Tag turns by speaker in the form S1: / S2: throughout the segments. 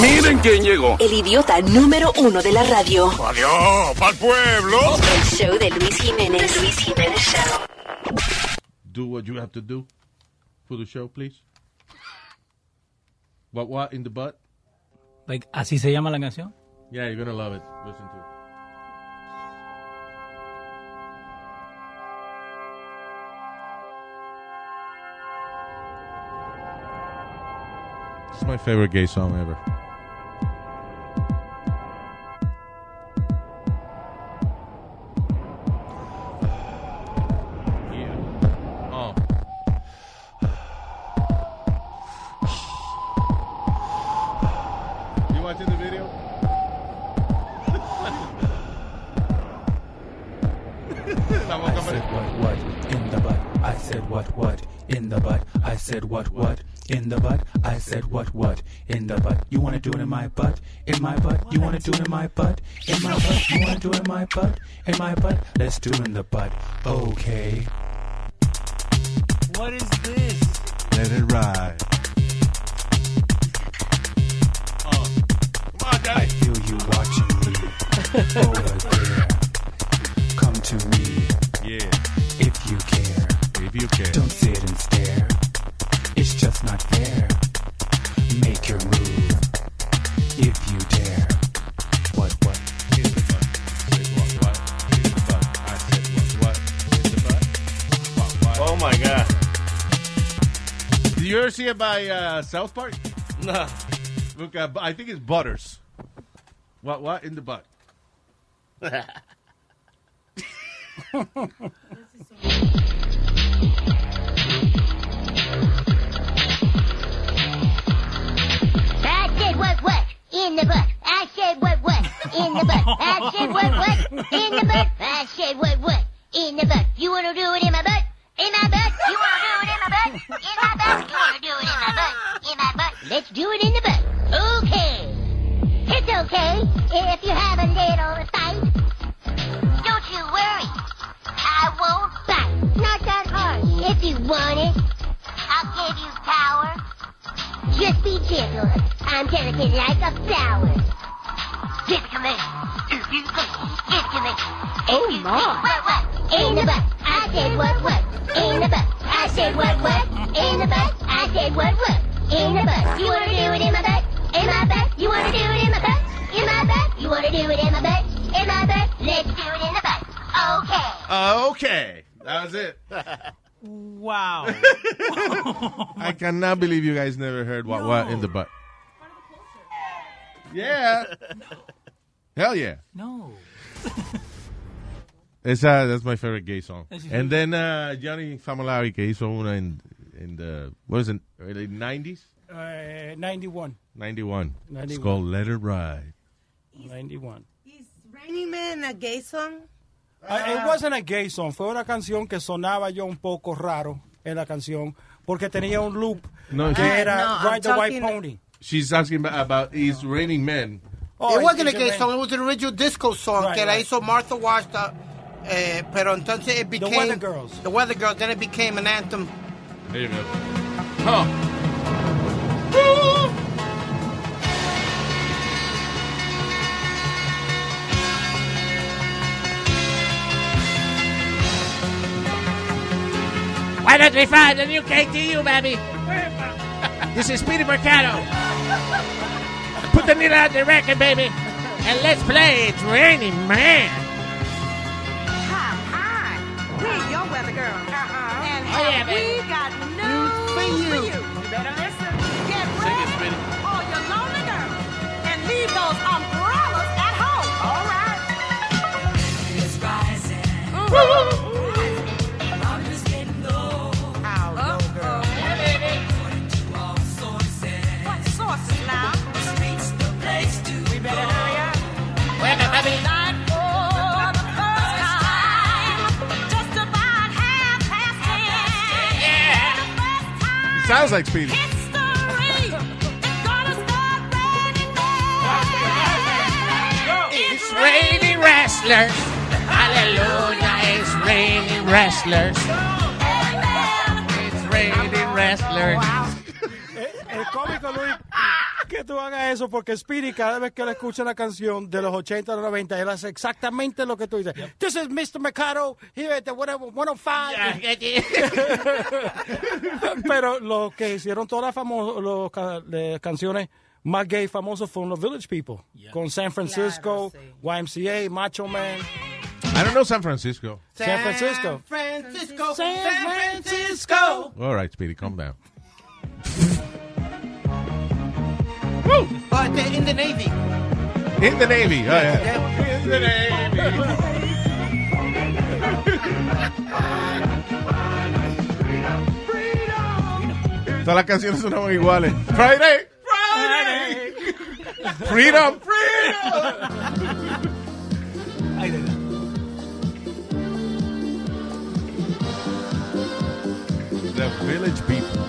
S1: Miren quién llegó.
S2: El idiota número uno de la radio.
S1: Adiós, pa'l pueblo.
S2: El show de Luis Jiménez. Luis Jiménez Show.
S3: Do what you have to do for the show, please. What, what in the butt?
S4: Like, ¿Así se llama la canción?
S3: Yeah, you're gonna love it. Listen to it. It's my favorite gay song ever. Yeah. Oh. You watching the video? La boca
S5: I said what what in the butt. I said what what in the butt. I said what what in the butt. I said what what in the butt. You wanna do it in my butt? In my butt. You wanna do it in my butt? In my butt. You wanna do it in my butt? In my butt. Let's do it in the butt. Okay.
S4: What is this?
S5: Let it ride.
S3: Uh,
S1: Come on,
S5: I
S1: Daddy.
S5: feel you watching me over there. Come to me
S3: Yeah.
S5: if you care.
S3: If you care.
S5: Don't sit and stare. It's just not fair. Make your move if you dare. What what?
S3: In the butt. Say what, what in the butt. I said what, what in the butt. What, what.
S1: Oh my God.
S3: Did you ever see it by uh, South Park?
S1: Nah.
S3: Look, uh, I think it's Butters. What? What in the butt?
S6: I said what what in the butt. I said what what in the butt. I said what what in the butt. I said what what in the butt. You wanna do it in my butt? In my butt. You wanna do it in my butt? In my butt. You wanna do it in my butt? In my butt. Let's do it in the butt. Okay. It's okay if you have a little fight. Don't you worry. I won't bite. Not that hard. If you want it, I'll give you power. Just be gentle. I'm delicate like a flower. Give it to me. If you think, give it to me. Oh, my. What, what? In the butt. I said what, what? In the butt. I said what, what? In the butt. I said what, what? In the butt. You wanna do it in my butt? In my butt. You wanna do it in my butt? In my butt. You wanna do it in my butt? In my butt. Let's do it in the butt. Okay.
S3: Uh, okay, that was it.
S4: Wow.
S3: I cannot believe you guys never heard what what in the butt. Yeah. Hell yeah.
S4: no.
S3: It's, uh, that's my favorite gay song.
S4: That's your
S3: And then uh, Johnny Famolari que hizo una in, in the, what is it, early 90s?
S7: Uh, 91.
S3: 91. It's
S7: 91.
S3: called Let It Ride.
S7: 91.
S8: Is Rainy Man a gay song? Ah.
S3: Ah,
S7: I- it wasn't a gay song, fue una canción que sonaba yo un poco raro en la canción, porque tenía un loop
S3: No,
S7: que
S3: she-
S7: era
S8: Ah, no, I'm
S7: Ride the White
S8: talking-
S7: Pony.
S3: She's asking about Is Raining Men.
S7: Oh,
S9: it wasn't a
S7: it's
S9: gay song. It was an original disco song
S7: Right,
S9: que
S7: right.
S9: la hizo Martha Wash. the- eh, pero entonces it became
S7: Weather Girls.
S9: The Weather Girls. Then it became an anthem.
S3: There you go. Huh.
S10: Why don't we find a new KTU, baby? this is Peter Mercado. Put the needle on the record, baby. And let's play It's Raining Man.
S8: Hi, hi. We're your weather girl. Uh-uh. And
S10: Oh, yeah,
S8: have we got news for you. You better listen. Get ready for your lonely girl. And leave those umbrellas at home. All right. It's rising. I'm just getting low. Yeah, baby. What sources now? We better hurry up.
S10: Wake up, baby.
S3: Sounds like Speedy.
S10: It's raining wrestlers. Hallelujah, it's raining wrestlers. It's raining wrestlers.
S7: El cómico Eh, Luis, que que tú hagas eso porque Speedy cada vez que él escucha la canción de los 80 a los 90, él hace exactamente lo que tú dices. This is Mr. Mercado, here at the oh whatever, 105. Pero los que hicieron todas las famo- los ca- de canciones más gay famosos fueron los Village People. Con San Francisco, YMCA, Macho Man,
S3: I don't know San Francisco.
S7: San Francisco.
S9: Francisco,
S7: San
S9: San Francisco.
S3: All right, Speedy, calm down.
S9: But they're in the Navy.
S3: In the Navy. Oh, yeah.
S9: In the Navy.
S3: Todas las canciones son iguales. Friday. Freedom. The Village People.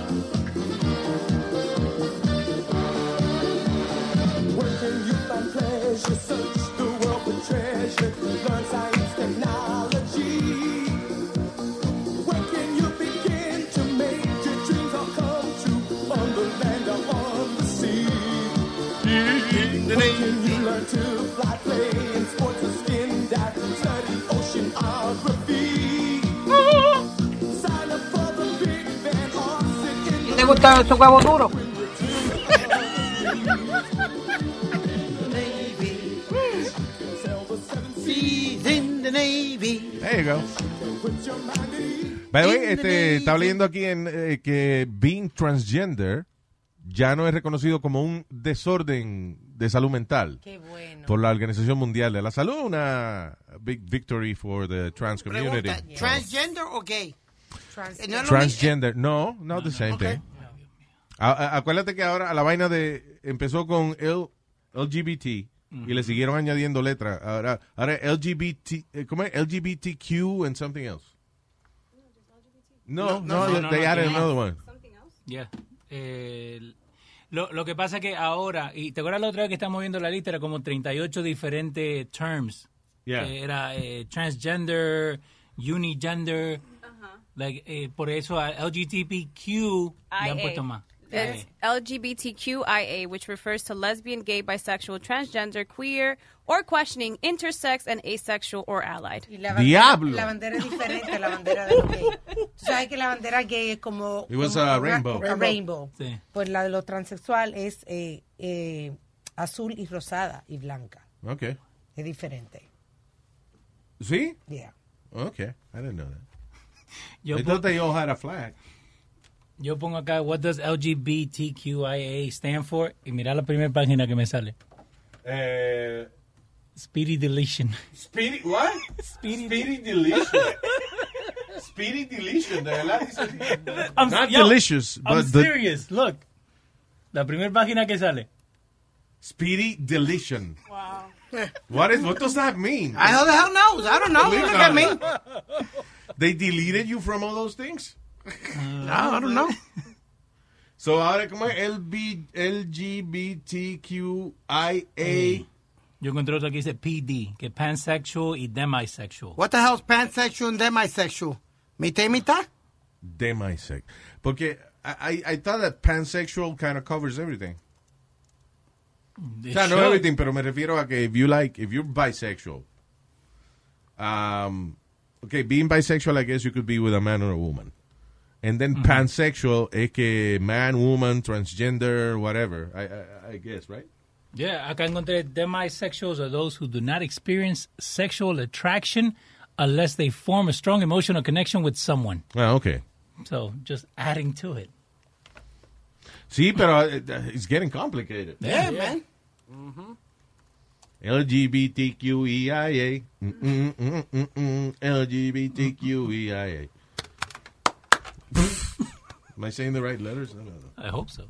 S8: ¿Te gustan esos huevos duros?
S9: She's in the Navy.
S3: There you go. By the way, este, estaba leyendo aquí en, eh, que being transgender ya no es reconocido como un desorden de salud mental
S11: Qué bueno.
S3: por la Organización Mundial de la Salud, una big victory for the trans community.
S9: Pregunta, Eh, ¿transgender o gay? Eh, no es lo
S3: Transgender, no, not the same thing. A- a- acuérdate que ahora la vaina de empezó con L- LGBT y le siguieron añadiendo letras. Ahora, ahora LGBT, eh, ¿cómo es? LGBTQ and something else. No, no,
S4: no, no,
S3: they
S4: no,
S3: added
S4: no.
S3: another one.
S4: Ya. Eh, lo, lo que pasa es que ahora, y te acuerdas la otra vez que estamos viendo la lista, era como 38 diferentes terms.
S3: Yeah.
S4: Que era eh, transgender, unigender. like, eh, por eso a LGBTQ le han
S11: IA.
S4: puesto más. Eh,
S11: That's LGBTQIA, which refers to lesbian, gay, bisexual, transgender, queer, or questioning, intersex, and asexual or allied.
S8: Y la
S3: Diablo.
S8: La bandera es diferente a la bandera de los gays. Tú sabes que la bandera gay es como.
S3: It was
S8: como ra-
S3: a rainbow.
S8: a rainbow.
S4: Sí.
S8: Pues la de los transexual es eh, eh, azul y rosada y blanca.
S3: Okay.
S8: Es diferente.
S3: ¿Sí?
S8: Yeah.
S3: Okay. I didn't know that.
S4: Yo,
S3: I
S4: pon-
S3: thought they all had a flag.
S4: yo pongo acá, what does LGBTQIA stand for? Y mira la primera página que me sale.
S12: Eh,
S4: Speedy deletion.
S12: Speedy, what?
S4: Speedy-
S12: deletion. Speedy deletion, de verdad. dice-
S4: I'm-
S3: Not
S4: yo,
S3: delicious,
S4: I'm
S3: but the-
S4: serious. Look. La primera página que sale.
S3: Speedy deletion. Wow. What is? What does that mean?
S9: I how the hell knows? I don't know.
S3: Believe
S9: Look
S3: it
S9: at
S3: or
S9: me.
S3: not. They deleted you from all those things.
S9: No, I don't know.
S3: So ahora como es LB, LGBTQIA.
S4: Mm. Yo encontré otro que dice PD, que es pansexual y demisexual.
S9: What the hell's pansexual and demisexual? ¿Mitad y mitad?
S3: Demisec. Porque I, I, I thought that pansexual kind of covers everything.
S4: It
S3: O sea, no
S4: should.
S3: everything, pero me refiero a que if you like, if you're bisexual, um, okay, being bisexual, I guess you could be with a man or a woman. And
S4: Mm-hmm.
S3: then pansexual es que man, woman, transgender, whatever, I, I, I guess, right?
S4: Yeah, acá encontré demisexuals are those who do not experience sexual attraction unless they form a strong emotional connection with someone.
S3: Ah, okay.
S4: So, just adding to it.
S3: Sí, pero eh, it's getting complicated.
S9: Yeah, man.
S8: Mm-hmm.
S3: LGBTQIA. Mm, mm, mm, mm, mm, LGBTQIA. Am I saying the right letters? No, no, no.
S4: I hope so.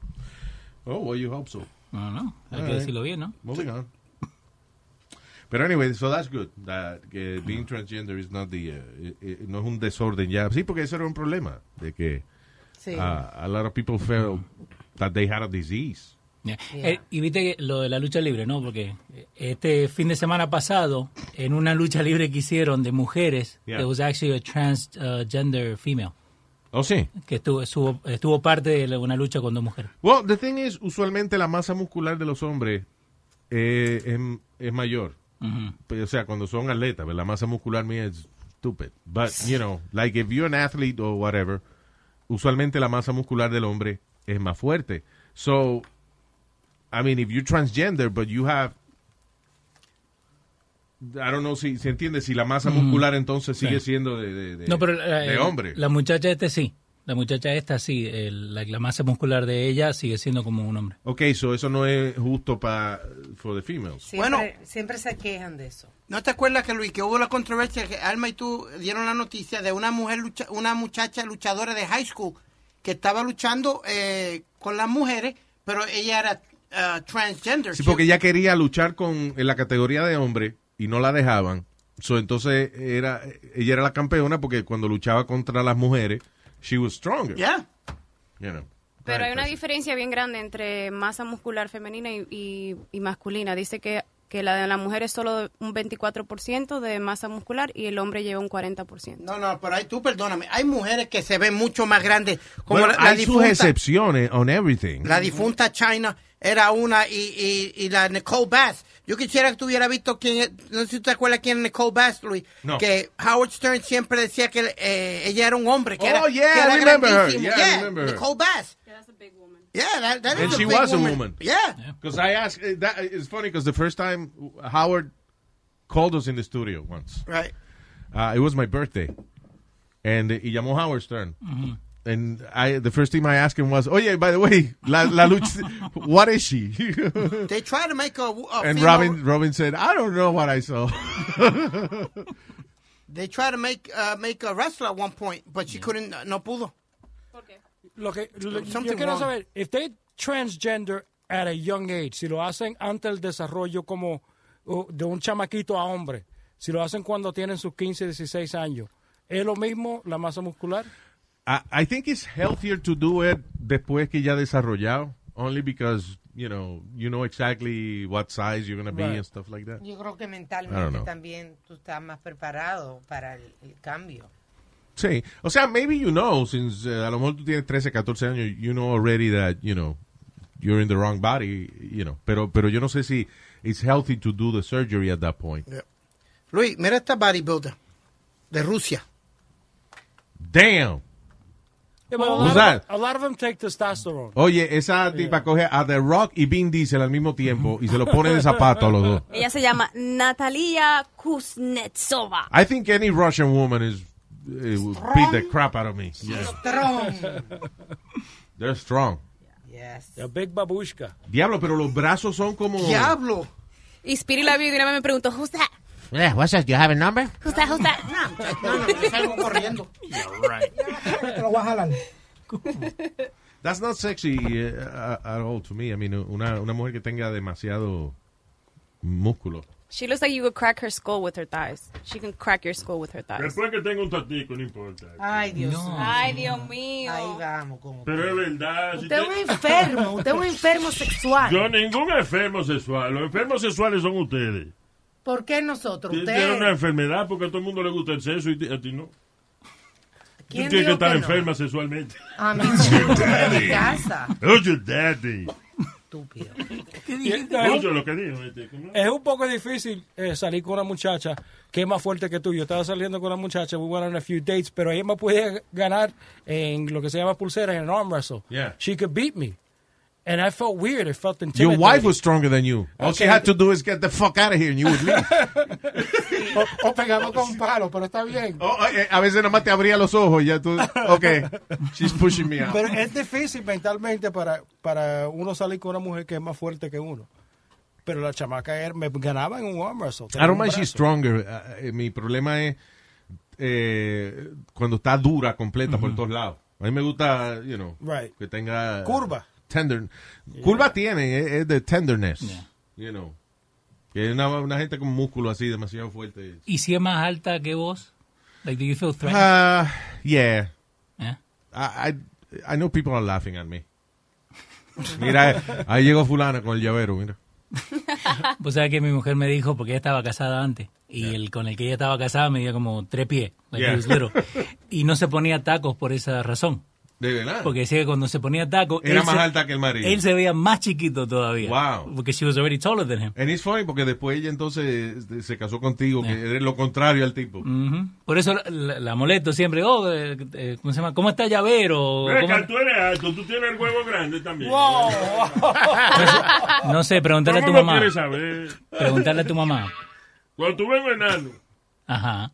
S3: Oh, well, you hope so.
S4: I don't know. Hay que
S3: Alright.
S4: decirlo bien, ¿no?
S3: Moving on. But anyway, so that's good. That que being transgender is not the, uh, i- i- no es un desorden ya. Sí, porque eso era un problema. De que
S8: Sí.
S3: uh, a lot of people felt that they had a disease.
S4: Yeah.
S8: Yeah.
S4: Eh, y viste que lo de la lucha libre, ¿no? Porque este fin de semana pasado, en una lucha libre que hicieron de mujeres,
S3: Yeah.
S4: there was actually a transgender uh, female.
S3: Oh, sí.
S4: Que estuvo, estuvo, estuvo parte de la- una lucha con dos mujeres.
S3: Well, the thing is, usualmente la masa muscular de los hombres eh, es, es mayor. Pues, O sea, cuando son atletas, ¿verdad? la masa muscular mía es stupid. But, you know, like if you're an athlete or whatever, usualmente la masa muscular del hombre es más fuerte. So, I mean, if you're transgender, but you have. I don't know si se entiende si la masa
S4: Mm.
S3: muscular entonces
S4: Sí.
S3: sigue siendo de, de- de-
S4: no, pero la,
S3: de
S4: eh,
S3: hombre.
S4: la muchacha este sí. La muchacha esta sí. el- la, la masa muscular de ella sigue siendo como un hombre.
S3: Ok, so eso no es justo para for the females.
S9: Bueno.
S13: Siempre, siempre se quejan de eso.
S9: ¿No te acuerdas que Luis que hubo la controversia que Alma y tú dieron la noticia de una mujer lucha- una muchacha luchadora de high school que estaba luchando eh, con las mujeres, pero ella era ah, transgender.
S3: Sí, porque ella quería luchar con en la categoría de hombre y no la dejaban. So, entonces era ella era la campeona porque cuando luchaba contra las mujeres, she was stronger.
S9: Yeah.
S3: You know.
S11: Pero hay una diferencia bien grande entre masa muscular femenina y, y- y masculina. Dice que, que la de la mujer es solo un 24% de masa muscular y el hombre lleva un 40%.
S9: No, no, pero ahí tú perdóname. Hay mujeres que se ven mucho más grandes. Como
S3: Bueno,
S9: la, la
S3: hay sus
S9: difunta,
S3: excepciones on everything.
S9: la difunta China era una y, y, y la Nicole Bass. Yo quisiera que tú hubieras visto quién es- no sé si tú te acuerdas quién es Nicole Bass, Luis.
S3: No.
S9: Que Howard Stern siempre decía que eh, ella era un hombre, que era,
S3: Oh, yeah,
S9: que era
S3: I remember her.
S9: grandísimo.
S3: Yeah, I remember her.
S9: Nicole Bass. Yeah, that, that
S3: And
S9: is a
S3: she
S9: big
S3: was a
S9: woman.
S3: woman.
S9: Yeah.
S3: Because I asked, eh, that is funny because the first time Howard called us in the studio once.
S9: Right.
S3: Uh, it was my birthday. And eh, y llamó Howard Stern.
S8: Mhm.
S3: And I, the first thing I asked him was, oye, by the way, la, la lucha, what is she?
S9: They try to make a, a
S3: and
S9: Oh, female-
S3: Robin, Robin said, I don't know what I saw.
S9: They tried to make uh, make a wrestler at one point, but she couldn't. No pudo.
S7: Lo que, lo- yo
S9: Something
S7: quiero
S9: wrong.
S7: saber, if they transgender at a young age, si lo hacen antes del desarrollo como uh, de un chamaquito a hombre, si lo hacen cuando tienen sus 15, 16 años, ¿es lo mismo la masa muscular?
S3: I, I think it's healthier to do it después que ya desarrollado, only because, you know, you know exactly what size you're going to be
S13: Right.
S3: and stuff like that.
S13: Yo creo que
S3: I don't
S13: mentalmente
S3: know.
S13: también tú estás más preparado para el, el cambio.
S3: Sí. O sea, maybe you know, since eh, a lo mejor tú tienes 13, 14 años, you know already that, you know, you're in the wrong body, you know. Pero, pero yo no sé si it's healthy to do the surgery at that point.
S9: Luis, mira esta bodybuilder de Rusia.
S3: Damn.
S7: Yeah, but a, lot
S3: Who's that?
S7: Of, a lot of them take testosterone.
S3: Oye, esa tipa coge a The Rock y Vin Diesel al mismo tiempo y se lo pone de zapato a los dos.
S11: Ella se llama Natalia Kuznetsova.
S3: I think any Russian woman is eh, would beat the crap out of me. Yeah. They're strong.
S7: The big babushka.
S3: Diablo, pero los brazos son como.
S9: Diablo.
S11: Y Spiri la vio y de una vez me preguntó, ¿Who's that?
S10: Yeah, Eh, what's that? You have a number?
S11: Who's that? Who's that?"
S14: Te lo voy a jalar.
S3: That's not sexy eh, a- at all to me. I mean, una, una mujer que tenga demasiado músculo.
S11: She looks like you could crack her skull with her thighs. She can crack your skull with her thighs.
S1: Después que tengo un tatico, no importa.
S13: Ay, Dios
S1: No.
S13: mío.
S11: Ay, Dios mío.
S13: Ahí vamos. Con...
S1: Pero es verdad. si
S13: Usted es
S1: te-
S13: un enfermo, usted es un enfermo sexual.
S1: Yo ningún enfermo sexual. Los enfermos sexuales son ustedes.
S13: ¿Por qué nosotros?
S1: Usted
S13: Usted-
S1: tiene una enfermedad porque a todo el mundo le gusta el sexo y ti- a ti no.
S13: ¿Quién
S1: Tú tienes
S13: dijo
S1: que estar
S13: que no? Ah,
S1: enferma sexualmente.
S13: A mí
S1: Daddy.
S13: en mi casa.
S1: Oh, your daddy.
S7: No,
S1: Oye lo que dijo este. ¿cómo?
S7: Es un poco difícil eh, salir con una muchacha que es más fuerte que tú. Yo estaba saliendo con una muchacha, we went on a few dates, pero ella me podía ganar en lo que se llama pulsera, en arm wrestle.
S3: Yeah.
S7: She could beat me. And I felt weird, I felt
S3: Your
S7: intimidated.
S3: wife was stronger than you. All she
S7: Okay.
S3: had to do is get the fuck out of here and you would leave.
S7: Oh,
S14: O, o pegado con un palo, pero está bien.
S3: Eh, A veces nomás te abría los ojos y ya tú. Ok, she's pushing me out.
S7: Pero es difícil mentalmente para, para uno salir con una mujer que es más fuerte que uno. Pero la chamaca era- me ganaba en un arm wrestle.
S3: I don't
S7: En
S3: mind
S7: un brazo.
S3: she's stronger. Ah, eh, mi problema es eh, cuando está dura, completa por todos lados. A mí me gusta, you know,
S7: Right.
S3: que tenga... eh,
S7: Curva.
S3: Tender. Curva tiene, eh, es, es de tenderness. You know. Que es una, una gente con músculo así demasiado fuerte.
S4: ¿Y si es más alta que vos? Like, do you feel threatened?
S3: Ah, yeah.
S4: Yeah.
S3: I, I, I know people are laughing at me. Mira, eh, ahí llegó fulana con el llavero, mira.
S4: Vos sabés que mi mujer me dijo, porque ella estaba casada antes, y Y el con el que ella estaba casada medía como tres pies. like
S3: Yeah.
S4: he was little. y no se ponía tacos por esa razón.
S3: De verdad.
S4: Porque decía que cuando se ponía tacos.
S3: Era
S4: él
S3: más
S4: se-
S3: alta que el marido.
S4: Él se veía más chiquito todavía. Wow. Porque she was already taller than him.
S3: And it's funny porque después ella entonces este, se casó contigo, que eres lo contrario al tipo.
S4: Ujú. Por eso la, la- la molesto siempre. Oh, eh, eh, ¿cómo se llama? ¿Cómo está Llavero?
S1: Mira,
S4: ¿Cómo-
S1: Carl, tú eres alto, tú tienes el huevo grande también.
S4: Wow. No sé, pregúntale a tu
S1: ¿Cómo lo
S4: mamá.
S1: quieres saber?
S4: Pregúntale a tu mamá.
S1: Cuando tú ves un enano
S4: Ajá.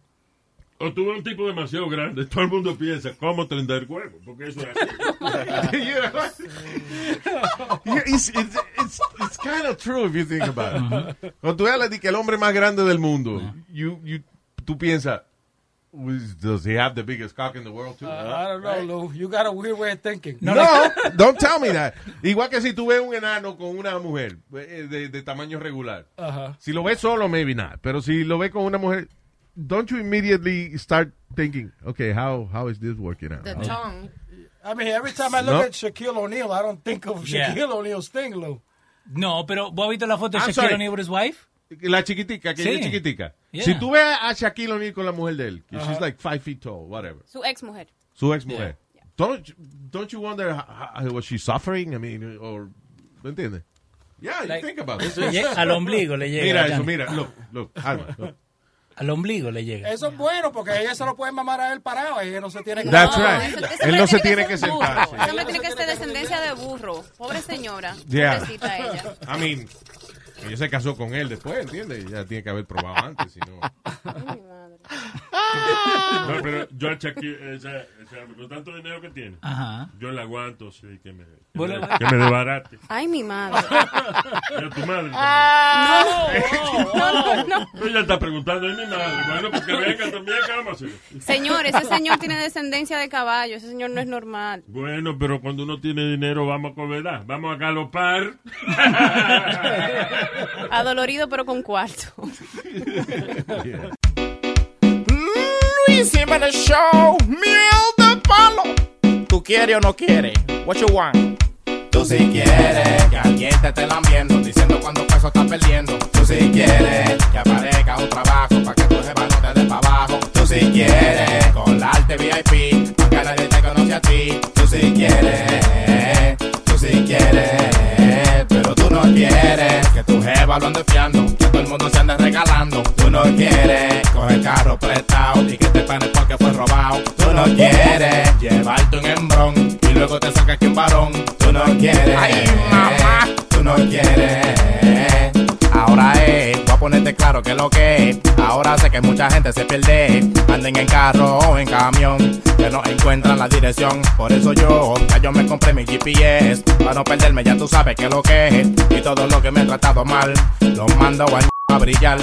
S1: o tú ves un tipo demasiado grande, todo el mundo piensa, ¿cómo tender el huevo? Porque eso es así.
S3: Yeah, it's, it's, it's, it's kind of true if you think about it.
S4: Mm-hmm.
S3: Cuando tú hablas de que el hombre más grande del mundo, you, you, tú piensas, does he have the biggest cock in the world too?
S7: Uh, I don't know, Lou. You got a weird way of thinking.
S3: No, don't tell me that. Igual que si tú ves un enano con una mujer eh, de, de tamaño regular.
S7: Ajá.
S3: Si lo ves solo, maybe not. Pero si lo ves con una mujer, don't you immediately start thinking, okay, how, how is this working out? How-
S7: I mean, every time I look
S3: No.
S7: at Shaquille O'Neal, I don't think of
S4: Yeah.
S7: Shaquille O'Neal's thing, Lou.
S4: No, pero ¿vos has visto la foto de
S3: I'm
S4: Shaquille
S3: sorry.
S4: O'Neal with his wife?
S3: Ah, La chiquitica, que
S4: Sí.
S3: ella es chiquitica.
S4: Yeah.
S3: Si tú ves a Shaquille O'Neal con la mujer de él, que
S4: Ajá.
S3: she's like five feet tall, whatever,
S11: Su ex mujer.
S3: su ex mujer. Don't, you- don't you wonder how, how- was she suffering? I mean, or, ¿me entiendes? Yeah, you
S4: Like-
S3: think about it.
S4: Eso llega- al ombligo le llega,
S3: Mira
S4: Jan.
S3: eso, mira, look, look, Alma, look.
S4: Al ombligo le llega.
S7: Eso es bueno porque ella se lo puede mamar a él parado. Ella no se tiene que.
S3: That's right. Él no se tiene que sentar.
S11: Esa hombre tiene que ser descendencia de burro. Pobre señora.
S3: Yeah.
S11: Pobrecita ella.
S3: I mean, ella se casó con él después, ¿entiendes? Ya tiene que haber probado antes, si no.
S1: No, pero yo a Shaquille, esa- esa- con tanto dinero que tiene,
S4: Ajá.
S1: yo la aguanto, sí, que me, que
S4: Bueno.
S1: me, que me debarate.
S11: Ay, mi madre.
S1: Ya tu madre.
S11: Ah. No, no, no.
S1: No, Ella está preguntando, es mi madre. Bueno, pues que venga también, cálmase.
S11: Señor, ese señor tiene descendencia de caballo. Ese señor no es normal.
S1: Bueno, pero cuando uno tiene dinero, vamos a cobrar, vamos a galopar.
S11: Adolorido, pero con cuarto.
S10: Luis Jiménez Show, miel de palo. ¿Tú quieres o no quieres? What you want? Tú si quieres que alguien te esté lambiendo, diciendo cuántos pesos estás perdiendo. Tú si quieres que aparezca un trabajo para que tu jeva no te dé para abajo. Tú si quieres colarte VIP para que nadie te conoce a ti. Tú si quieres, tú si quieres, pero tú no quieres que tu jeva lo ande fiando, que todo el mundo se ande regalando. Tú no quieres coger carro prestado y que te panes porque fue robado. Tú no quieres llevarte un hembrón y luego te sacas que un varón. Tú no quieres. Ay, mamá. Tú no quieres. Ahora es, voy a ponerte claro que lo que es. Ahora sé que mucha gente se pierde. Anden en carro o en camión, que no encuentran la dirección. Por eso yo, ya yo me compré mi GPS. Para no perderme, ya tú sabes que lo que es. Y todo lo que me he tratado mal, lo mando a, a brillar.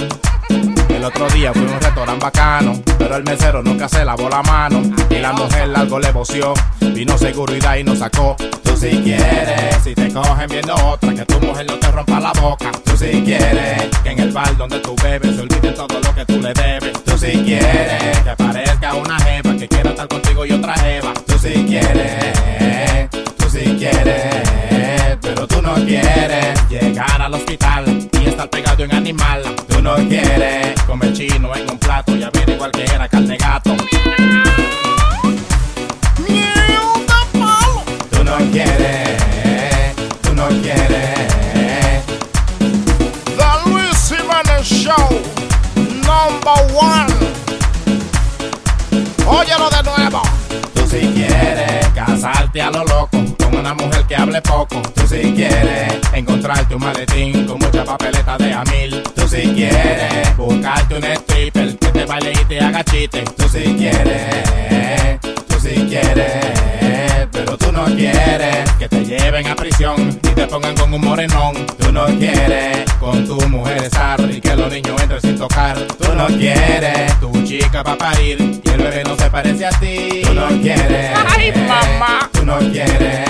S10: El otro día fui a un restaurante bacano, pero el mesero nunca se lavó la mano. Y la mujer algo le voció, vino seguridad y nos sacó. Tú si quieres, si te cogen viendo otra, que tu mujer no te rompa la boca. Tú si quieres, que en el bar donde tú bebes se olvide todo lo que tú le debes. Tú si quieres, que aparezca una jeva que quiera estar contigo y otra jeva. Tú si quieres, tú si quieres, pero tú no quieres llegar al hospital y estar pegado en animal. Tú no quieres comer chino en un plato y abrir igual que era carne de gato. Tú no quieres, tú no quieres. The Luis Jiménez Show, number one. Óyelo de nuevo. Tú si quieres casarte a lo loco con una mujer que hable poco. Tú si quieres encontrarte un maletín con muchas papeletas de a mil. Tú si quieres buscarte un stripper que te baile y te haga chiste. Tú si quieres, tú si quieres, pero tú no quieres que te lleven a prisión y te pongan con un morenón. Tú no quieres con tu mujer estar y que los niños entren sin tocar. Tú no quieres tu chica va a parir y el bebé no se parece a ti. Tú no quieres. Ay, mamá. Tú no quieres.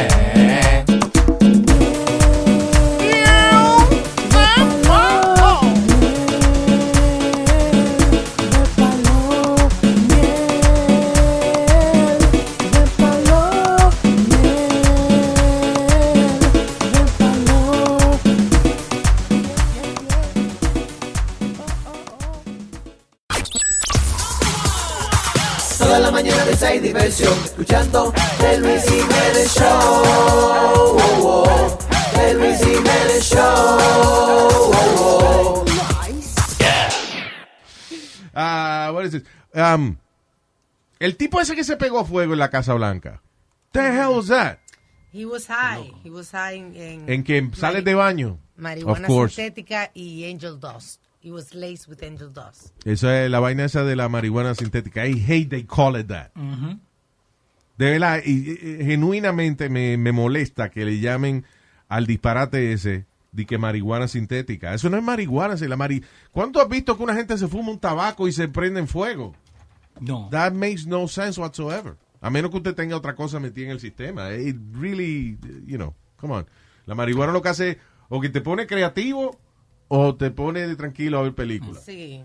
S15: llena de risa y diversión. Escuchando el Luis Jiménez Show. Oh, oh. El Luis Jiménez Show. Oh, oh.
S3: Ah, what is it? Um, el tipo ese que se pegó fuego en la Casa Blanca. The hell was that?
S13: He was high. He was high en, en
S3: En que sales de baño. Of
S13: marihuana
S3: course.
S13: sintética y angel dust. He was laced with angel dust.
S3: Esa es la vaina esa de la marihuana sintética. I hate they call it that. De verdad, y- y- y genuinamente me, me molesta que le llamen al disparate ese de que marihuana sintética. Eso no es marihuana, si la mari ¿Cuánto has visto que una gente se fuma un tabaco y se prende en fuego?
S4: No.
S3: That makes no sense whatsoever. A menos que usted tenga otra cosa metida en el sistema. Eh, It really, you know, come on. La marihuana lo que hace es o que te pone creativo o te pone de tranquilo a ver películas.
S13: Sí.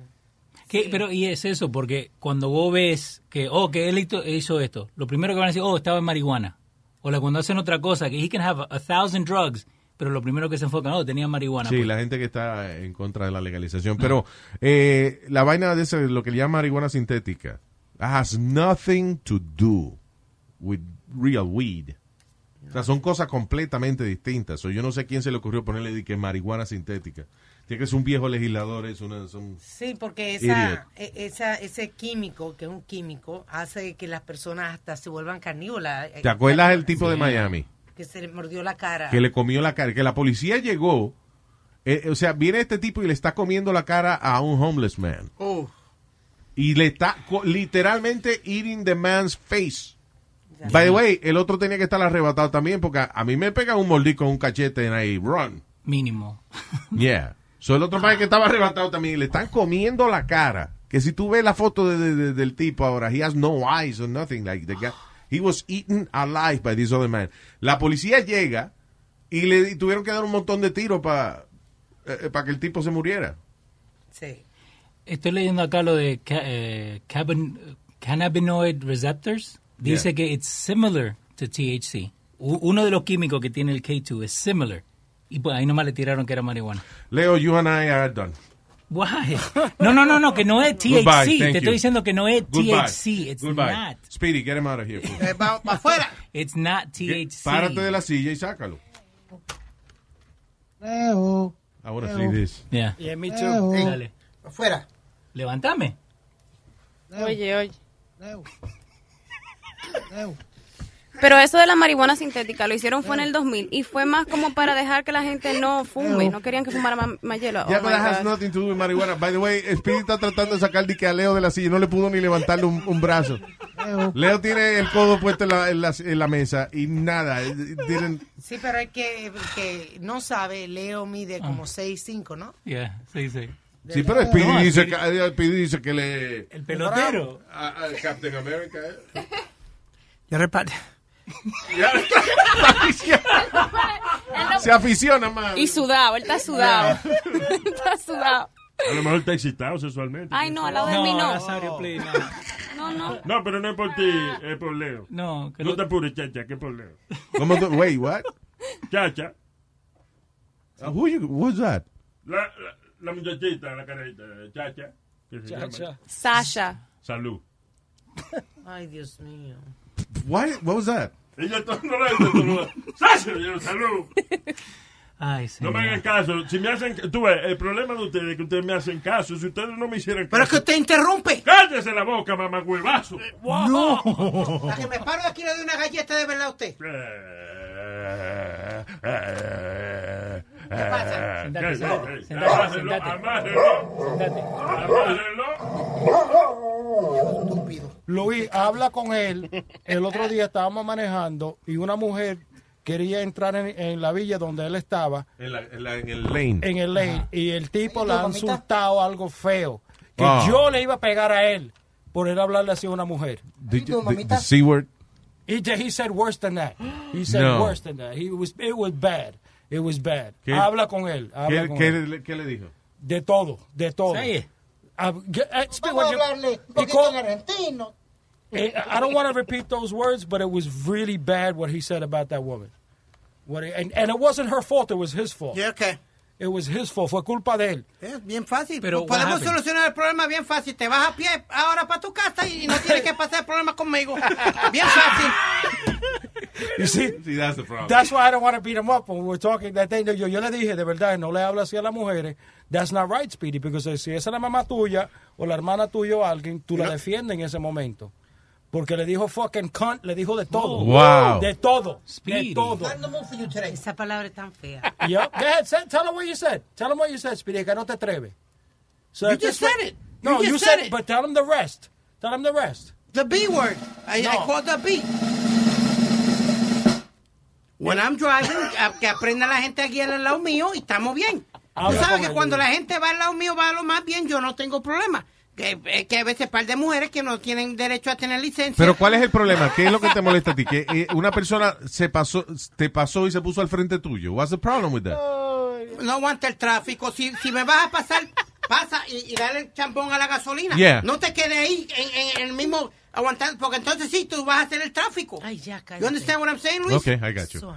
S4: Que- Pero, y es eso, porque cuando vos ves que, oh, que él hizo- hizo esto, lo primero que van a decir, oh, estaba en marihuana. O la cuando hacen otra cosa, que he can have a, thousand drugs, pero lo primero que se enfocan, oh, tenía marihuana.
S3: Sí, la gente que está en contra de la legalización. Pero eh, la vaina de eso, lo que le llama marihuana sintética, has nothing to do with real weed. O sea, son cosas completamente distintas. So, yo no sé quién se le ocurrió ponerle de que marihuana sintética. Tiene que ser un viejo legislador, es una... son-
S13: Sí, porque
S3: Idiot.
S13: esa, e- esa, ese químico, que es un químico, hace que las personas hasta se vuelvan carnívoras. Eh,
S3: ¿Te acuerdas el tipo de
S13: Sí.
S3: Miami?
S13: Que se le mordió la cara.
S3: que le comió la cara, que la policía llegó, eh, eh, o sea, viene este tipo y le está comiendo la cara a un homeless man.
S13: Oh.
S3: Y le está co- literalmente eating the man's face. By the way, el otro tenía que estar arrebatado también porque a, a mí me pega un mordico con un cachete en ahí, run.
S4: Mínimo.
S3: Yeah. So el otro man que estaba arrebatado también, le están comiendo la cara. Que si tú ves la foto de- de- de- del tipo ahora, he has no eyes or nothing. Like the guy, he was eaten alive by this other man. La policía llega y le di- tuvieron que dar un montón de tiros para eh, que el tipo se muriera.
S13: Sí.
S4: Estoy leyendo acá lo de ca- eh, cabin- cannabinoid receptors.
S16: Yeah.
S4: Dice que it's similar to THC. U- uno de los químicos que tiene el K2 es similar. Y pues ahí nomás le tiraron que era marihuana.
S3: Leo, you and I are done.
S4: Why? No, no, no, no, que no es THC.
S3: Goodbye, thank
S4: Te
S3: you.
S4: estoy diciendo que no es
S3: Goodbye.
S4: THC. It's
S3: Goodbye.
S4: not.
S3: Speedy, get him out of here. fool.
S4: It's not THC.
S3: Párate de la silla y sácalo.
S14: Leo.
S3: I wanna
S14: Leo.
S3: see this.
S4: Yeah.
S7: Yeah, me
S14: too.
S4: Ey, Dale.
S9: Afuera.
S4: Levántame.
S11: Oye, oye.
S14: Leo.
S11: Pero eso de la marihuana sintética lo hicieron fue en el 2000 y fue más como para dejar que la gente no fume. No querían que fumara más, más hielo.
S3: Yeah,
S11: Oh,
S3: but
S11: my
S3: that has
S11: God.
S3: nothing to do with marihuana. By the way, Speedy está tratando de sacar dique a Leo de la silla. No le pudo ni levantarle un, un brazo. Leo tiene el codo puesto en la, en la- en la mesa y nada. It didn't-
S13: Sí, pero es que, que no sabe, Leo mide como 6'5", ¿no?
S4: Yeah, sí, sí.
S3: Sí, pero Speedy, dice, que, eh, Speedy dice que le... El
S4: pelotero.
S3: Captain America. eh.
S9: Yo reparto.
S3: Se aficiona más.
S11: Y sudado, él está sudado. está sudado.
S1: A lo mejor está excitado sexualmente.
S11: Ay, no, al lado de mí no.
S4: Nazario, please,
S11: No, no.
S1: No, pero no es por ti, es por Leo.
S4: No,
S1: que no te apures, chacha, que es por Leo.
S3: ¿Cómo tú? Wait, what?
S1: Chacha,
S3: Uh, who you, who's that?
S1: la, la, la muchachita, la carita, chacha. que se llama.
S13: Chacha.
S11: Sasha.
S1: Salud.
S13: Ay, Dios mío.
S3: What? What was that?
S1: Ella todo no la desatornuda. Sasha, yo, salud.
S4: Ay,
S1: No me hagan caso. Si me hacen, tú ves, el problema de ustedes es que ustedes me hacen caso. Si ustedes no me hicieran caso. Pero es que
S9: usted interrumpe.
S1: Cállese la boca, mamá huevazo.
S13: Eh,
S9: O sea, que me paro aquí y le doy una galleta de verdad a usted.
S7: Eh.
S1: pasa?
S8: Sentate, sentate,
S1: Eh,
S8: sentate,
S1: amárrelo,
S8: sentate.
S1: amárrelo. Amárrelo.
S7: Luis, habla con él. El otro día estábamos manejando y una mujer quería entrar en, en la villa donde él estaba,
S3: En, la- en la- en el lane.
S7: en el lane, y el tipo la ha
S3: mamita.
S7: insultado algo feo. Que
S3: Ah.
S7: yo le iba a pegar a él por él hablarle así a una mujer.
S3: Did you- the, the C word.
S7: He, j- he said worse than that. He said
S3: No.
S7: worse than that. He was, it was bad. It was bad.
S3: ¿Qué?
S7: Habla con él. habla
S3: ¿Qué,
S7: con
S3: qué
S7: él.
S3: le- qué le dijo?
S7: De todo, de todo.
S3: Sí.
S7: Ah, get- eh, speak
S14: Vamos
S7: what
S14: a
S7: you-
S14: hablarle un poquito
S7: because-
S14: en argentino.
S7: Eh, I don't want to repeat those words, but it was really bad what he said about that woman. What he- and, and it wasn't her fault; it was his fault.
S9: Yeah, okay.
S7: It was his fault. Fue culpa de él.
S9: Es bien fácil.
S7: Pero what
S9: Podemos
S7: happened?
S9: solucionar el problema bien fácil. Te vas a pie ahora para tu casa y no tienes que pasar el problema conmigo. Bien fácil.
S7: You see?
S3: See, that's the problem.
S7: That's why I don't want to beat him up when we were talking that thing. Yo, yo le dije, de verdad, no le hablo así a las mujeres. That's not right, Speedy, because si esa es la mamá tuya o la hermana tuya o alguien, tú la defiendes en ese momento. Porque le dijo fucking cunt, le dijo de todo.
S3: Oh, wow.
S7: De todo. De
S13: Speedy.
S7: todo.
S13: Esa palabra es tan fea.
S7: Yup. Go ahead, say- tell him what you said. Tell him what you said, Speedy, que no te atreves. So
S9: You
S7: if
S9: just
S7: this-
S9: said it.
S7: No,
S9: You
S7: you,
S9: just
S7: said,
S9: said
S7: it, but tell him the rest. Tell him the rest.
S9: The B word. I, I
S7: No.
S9: called the B. When I'm driving, a- que aprenda la gente aquí al lado mío y estamos bien. Tú
S7: Habla
S9: sabes
S7: con
S9: que
S7: el
S9: cuando
S7: líder.
S9: la gente va al lado mío, va a lo más bien, yo no tengo problema. Que, eh, que a veces par de mujeres que no tienen derecho a tener licencia.
S3: Pero ¿cuál es el problema? ¿Qué es lo que te molesta a ti? Que eh, una persona se pasó, te pasó y se puso al frente tuyo. What's the problem with that?
S9: no aguanta el tráfico. Si, si me vas a pasar, pasa y, y dale el champón a la gasolina.
S3: Yeah.
S9: No te quedes ahí en, en- en el mismo aguantando, porque entonces sí, tú vas a hacer el tráfico. Ay, ya, You understand what I'm saying, Luis?
S3: Okay, I got you. So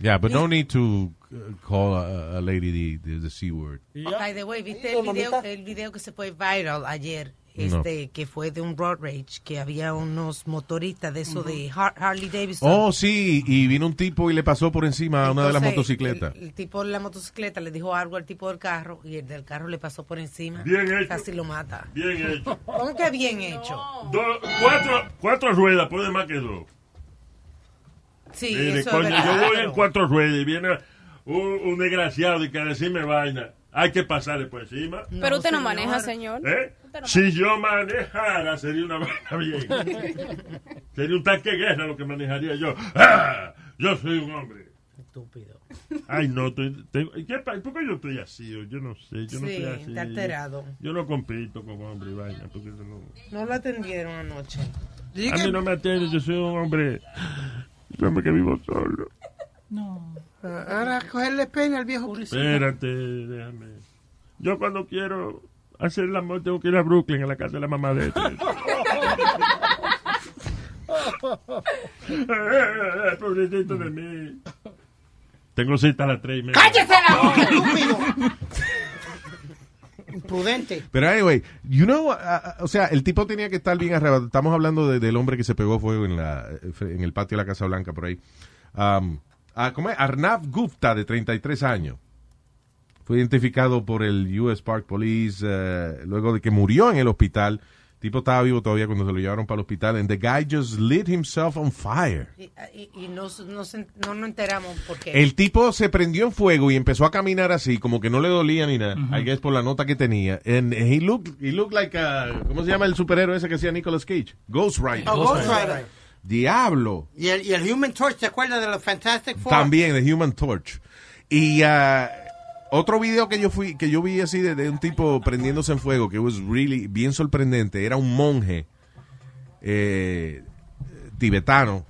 S3: Yeah, but no need to uh, call a, a lady the, the, the C word.
S13: Oh, By the way, ¿viste el video, el video que se fue viral ayer?
S3: No.
S13: Este, que fue de un road rage, que había unos motoristas de eso de Har- Harley Davidson.
S3: Oh, sí, y vino un tipo y le pasó por encima a una de las
S13: Entonces,
S3: motocicletas.
S13: El, el tipo de la motocicleta le dijo algo al tipo del carro y el del carro le pasó por encima.
S1: Bien hecho.
S13: Casi lo mata.
S1: Bien hecho.
S13: ¿Cómo que bien hecho?
S1: Do- cuatro, cuatro ruedas puede más que dos.
S13: Sí,
S1: Mire,
S13: eso
S1: coño,
S13: es verdad.
S1: yo voy en
S13: pero-
S1: cuatro ruedas y viene un, un desgraciado y que decirme vaina. Hay que pasarle por encima.
S11: Pero usted no maneja, señor.
S1: ¿Eh? Si yo manejara, sería una vaina bien. sería un tanque de guerra lo que manejaría yo. ¡Ah! Yo soy un hombre.
S13: Estúpido.
S1: Ay, no, estoy, tengo- ¿qué pa- ¿por qué yo estoy así? Yo no sé, yo no
S13: Sí,
S1: soy así.
S13: está alterado.
S1: Yo, yo no compito con hombre y vaina, porque eso no...
S13: No lo atendieron anoche.
S1: A mí no me atiende, yo soy un hombre... Un hombre que vivo solo.
S9: Ahora cogerle pena al viejo policía.
S1: Espérate, déjame. Yo cuando quiero hacer el amor tengo que ir a Brooklyn, a la casa de la mamá de este. Eh, Pobrecito de mí. Tengo cita a las tres y media.
S9: ¡Cállese la boca, estúpido! Imprudente.
S3: Pero anyway, you know, ah, ah, o sea, el tipo tenía que estar bien arrebatado. Estamos hablando de- del hombre que se pegó fuego en, la, eh, en el patio de la Casa Blanca por ahí. Am, ah, ¿Cómo es? Arnav Gupta, de 33 años. Fue identificado por el US Park Police eh, luego de que murió en el hospital. El tipo estaba vivo todavía cuando se lo llevaron para el hospital. And the guy just lit himself on fire.
S13: Y, y- y no, no se- no nos enteramos porque
S3: El tipo se prendió en fuego y empezó a caminar así, como que no le dolía ni nada. I guess por la nota que tenía. And he looked, he looked like a, ¿cómo se llama el superhéroe ese que hacía Nicolas Cage? Ghost Rider.
S9: Oh, Ghost Rider.
S3: Diablo.
S9: Y el, y el Human Torch, ¿te acuerdas de los Fantastic Four?
S3: También, The Human Torch. Y ah, otro video que yo fui, que yo vi así de, de un tipo prendiéndose en fuego, que was really bien sorprendente. Era un monje eh, tibetano.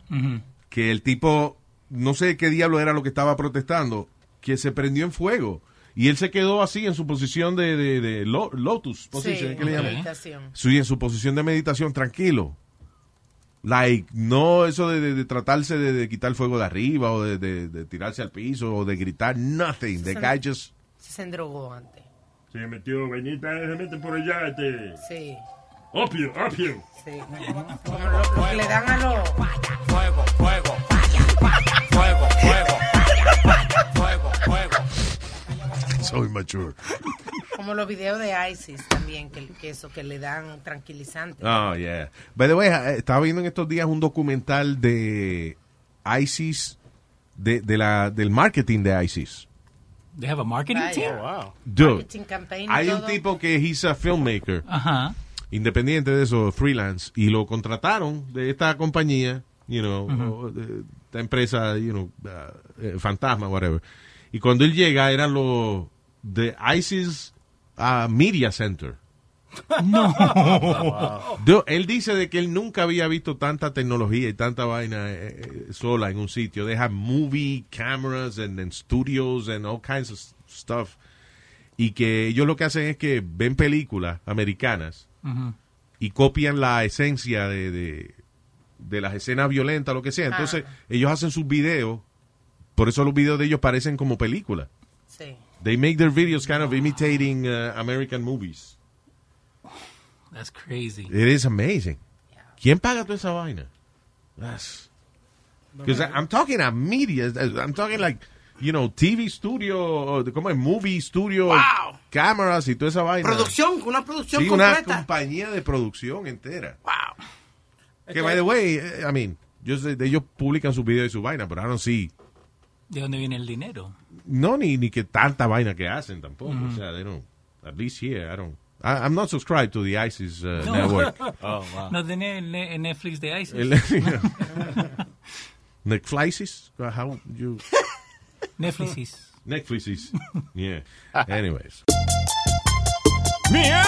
S3: que el tipo, no sé qué diablo era lo que estaba protestando, que se prendió en fuego. Y él se quedó así en su posición de, de- de lo- lotus, position, ¿qué le llaman?
S13: meditación.
S3: Sí, en su posición de meditación, tranquilo. Like, no eso de, de- de tratarse de, de quitar el fuego de arriba o de, de- de tirarse al piso o de gritar, nothing. The guy just...
S13: se drogó antes.
S1: Se metió, venita, se mete por allá, este...
S13: Sí.
S1: Opio, opio.
S13: Sí. Como lo, lo que le dan a los...
S5: Fuego, fuego. Fuego, fuego. Fuego, fuego.
S3: So immature.
S13: Como los videos de ISIS también, que, que eso, que le dan tranquilizante.
S3: Oh, yeah. By the way, eh, estaba viendo en estos días un documental de ISIS, de, de la, del marketing de E ISIS.
S4: They have a marketing
S13: Vaya.
S4: team.
S3: Dude,
S13: Marketing campaign y
S3: hay un
S13: todo.
S3: tipo que es a filmmaker,
S4: Ajá.
S3: independiente de eso, freelance, y lo contrataron de esta compañía, you know, o de esta empresa, you know, uh, eh, fantasma, whatever. Y cuando él llega, eran los de ISIS uh, Media Center.
S4: No.
S3: Dude, él dice de que él nunca había visto tanta tecnología y tanta vaina eh, eh, sola en un sitio. They have movie cameras and, and studios and all kinds of stuff. Y que ellos lo que hacen es que ven películas americanas
S4: Ujú.
S3: y copian la esencia de, de, de las escenas violentas, lo que sea. Entonces, ellos hacen sus videos. Por eso los videos de ellos parecen como películas.
S13: Sí.
S3: They make their videos kind of imitating uh, American movies.
S4: That's crazy.
S3: It is amazing. ¿Quién paga toda esa vaina? That's because I'm talking a media. I'm talking like you know TV studio, or the- como es? movie studio, cámaras y toda esa vaina.
S9: Producción, una producción
S3: Sí, una
S9: completa.
S3: compañía de producción entera.
S9: Wow.
S3: Que by the way, eh, I mean, yo sé, ellos publican sus videos y su vaina, pero I don't see
S4: ¿De dónde viene el dinero?
S3: no ni ni que tanta vaina que hacen tampoco.
S4: Ujú.
S3: O sea, they don't. At least here, I don't. I, I'm not subscribed to the ISIS uh,
S4: No.
S3: network.
S9: Oh.
S4: No tenía el, ne- el Netflix de ISIS.
S3: El- Netflixes? How you?
S4: Netflixes.
S3: Netflixes. Yeah. Anyways.
S10: Miel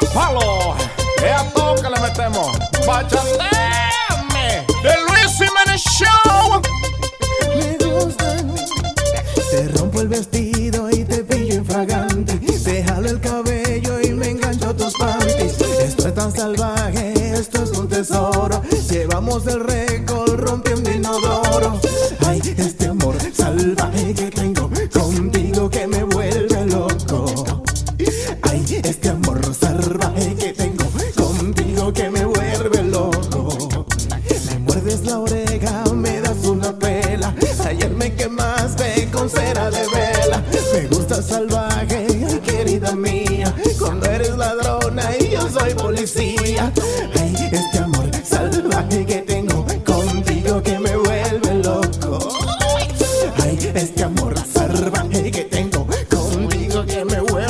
S10: de palo, es a todo que le metemos. Bachateame de Luis Jiménez Show.
S8: Me gustan. Te rompo el vestido y te pillo infragante. Te jalo el cabello y me engancho a tus panties. Esto es tan salvaje, esto es un tesoro. Llevamos el récord rompiendo inodoro. Ay, este amor salvaje que tengo contigo que me vuelve loco. Ay, este amor salvaje que tengo contigo que me vuelve loco. Me muerdes la oreja, me das una pela. Ayer me quemaste con cera de vela. Me gusta salvaje, ay, querida mía. Cuando eres ladrona y yo soy policía. Ay, este amor salvaje que tengo contigo que me vuelve loco. Ay, este amor salvaje que tengo contigo que me vuelve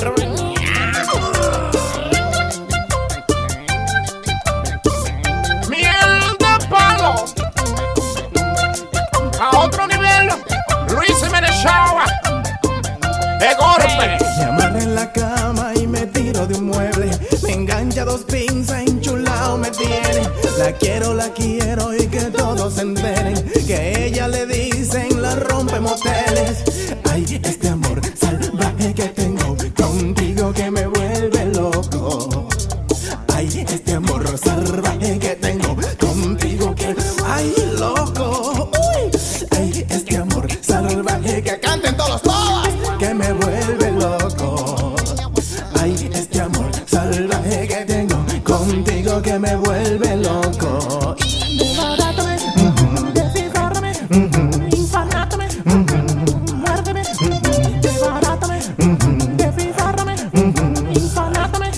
S10: Miel de palo, a otro nivel. Luis Jiménez Show, de golpe.
S8: Me amarra en la cama y me tiro de un mueble. Me engancha dos pinzas, enchulado me tiene. La quiero, la quiero y que todos se enteren. Que a ella le dicen la rompe moteles. Ay, este amor salvaje que tengo contigo que me vuelve loco. Ay, este amor salvaje que tengo contigo que. Ay, loco. Uy. Ay, este amor salvaje que canten todos, todas. Que me vuelve loco. Ay, este amor salvaje que tengo contigo que me vuelve loco.
S15: Desbarátame, descifrárame, infartátame, muérdeme, desbarátame, descifrárame, infartátame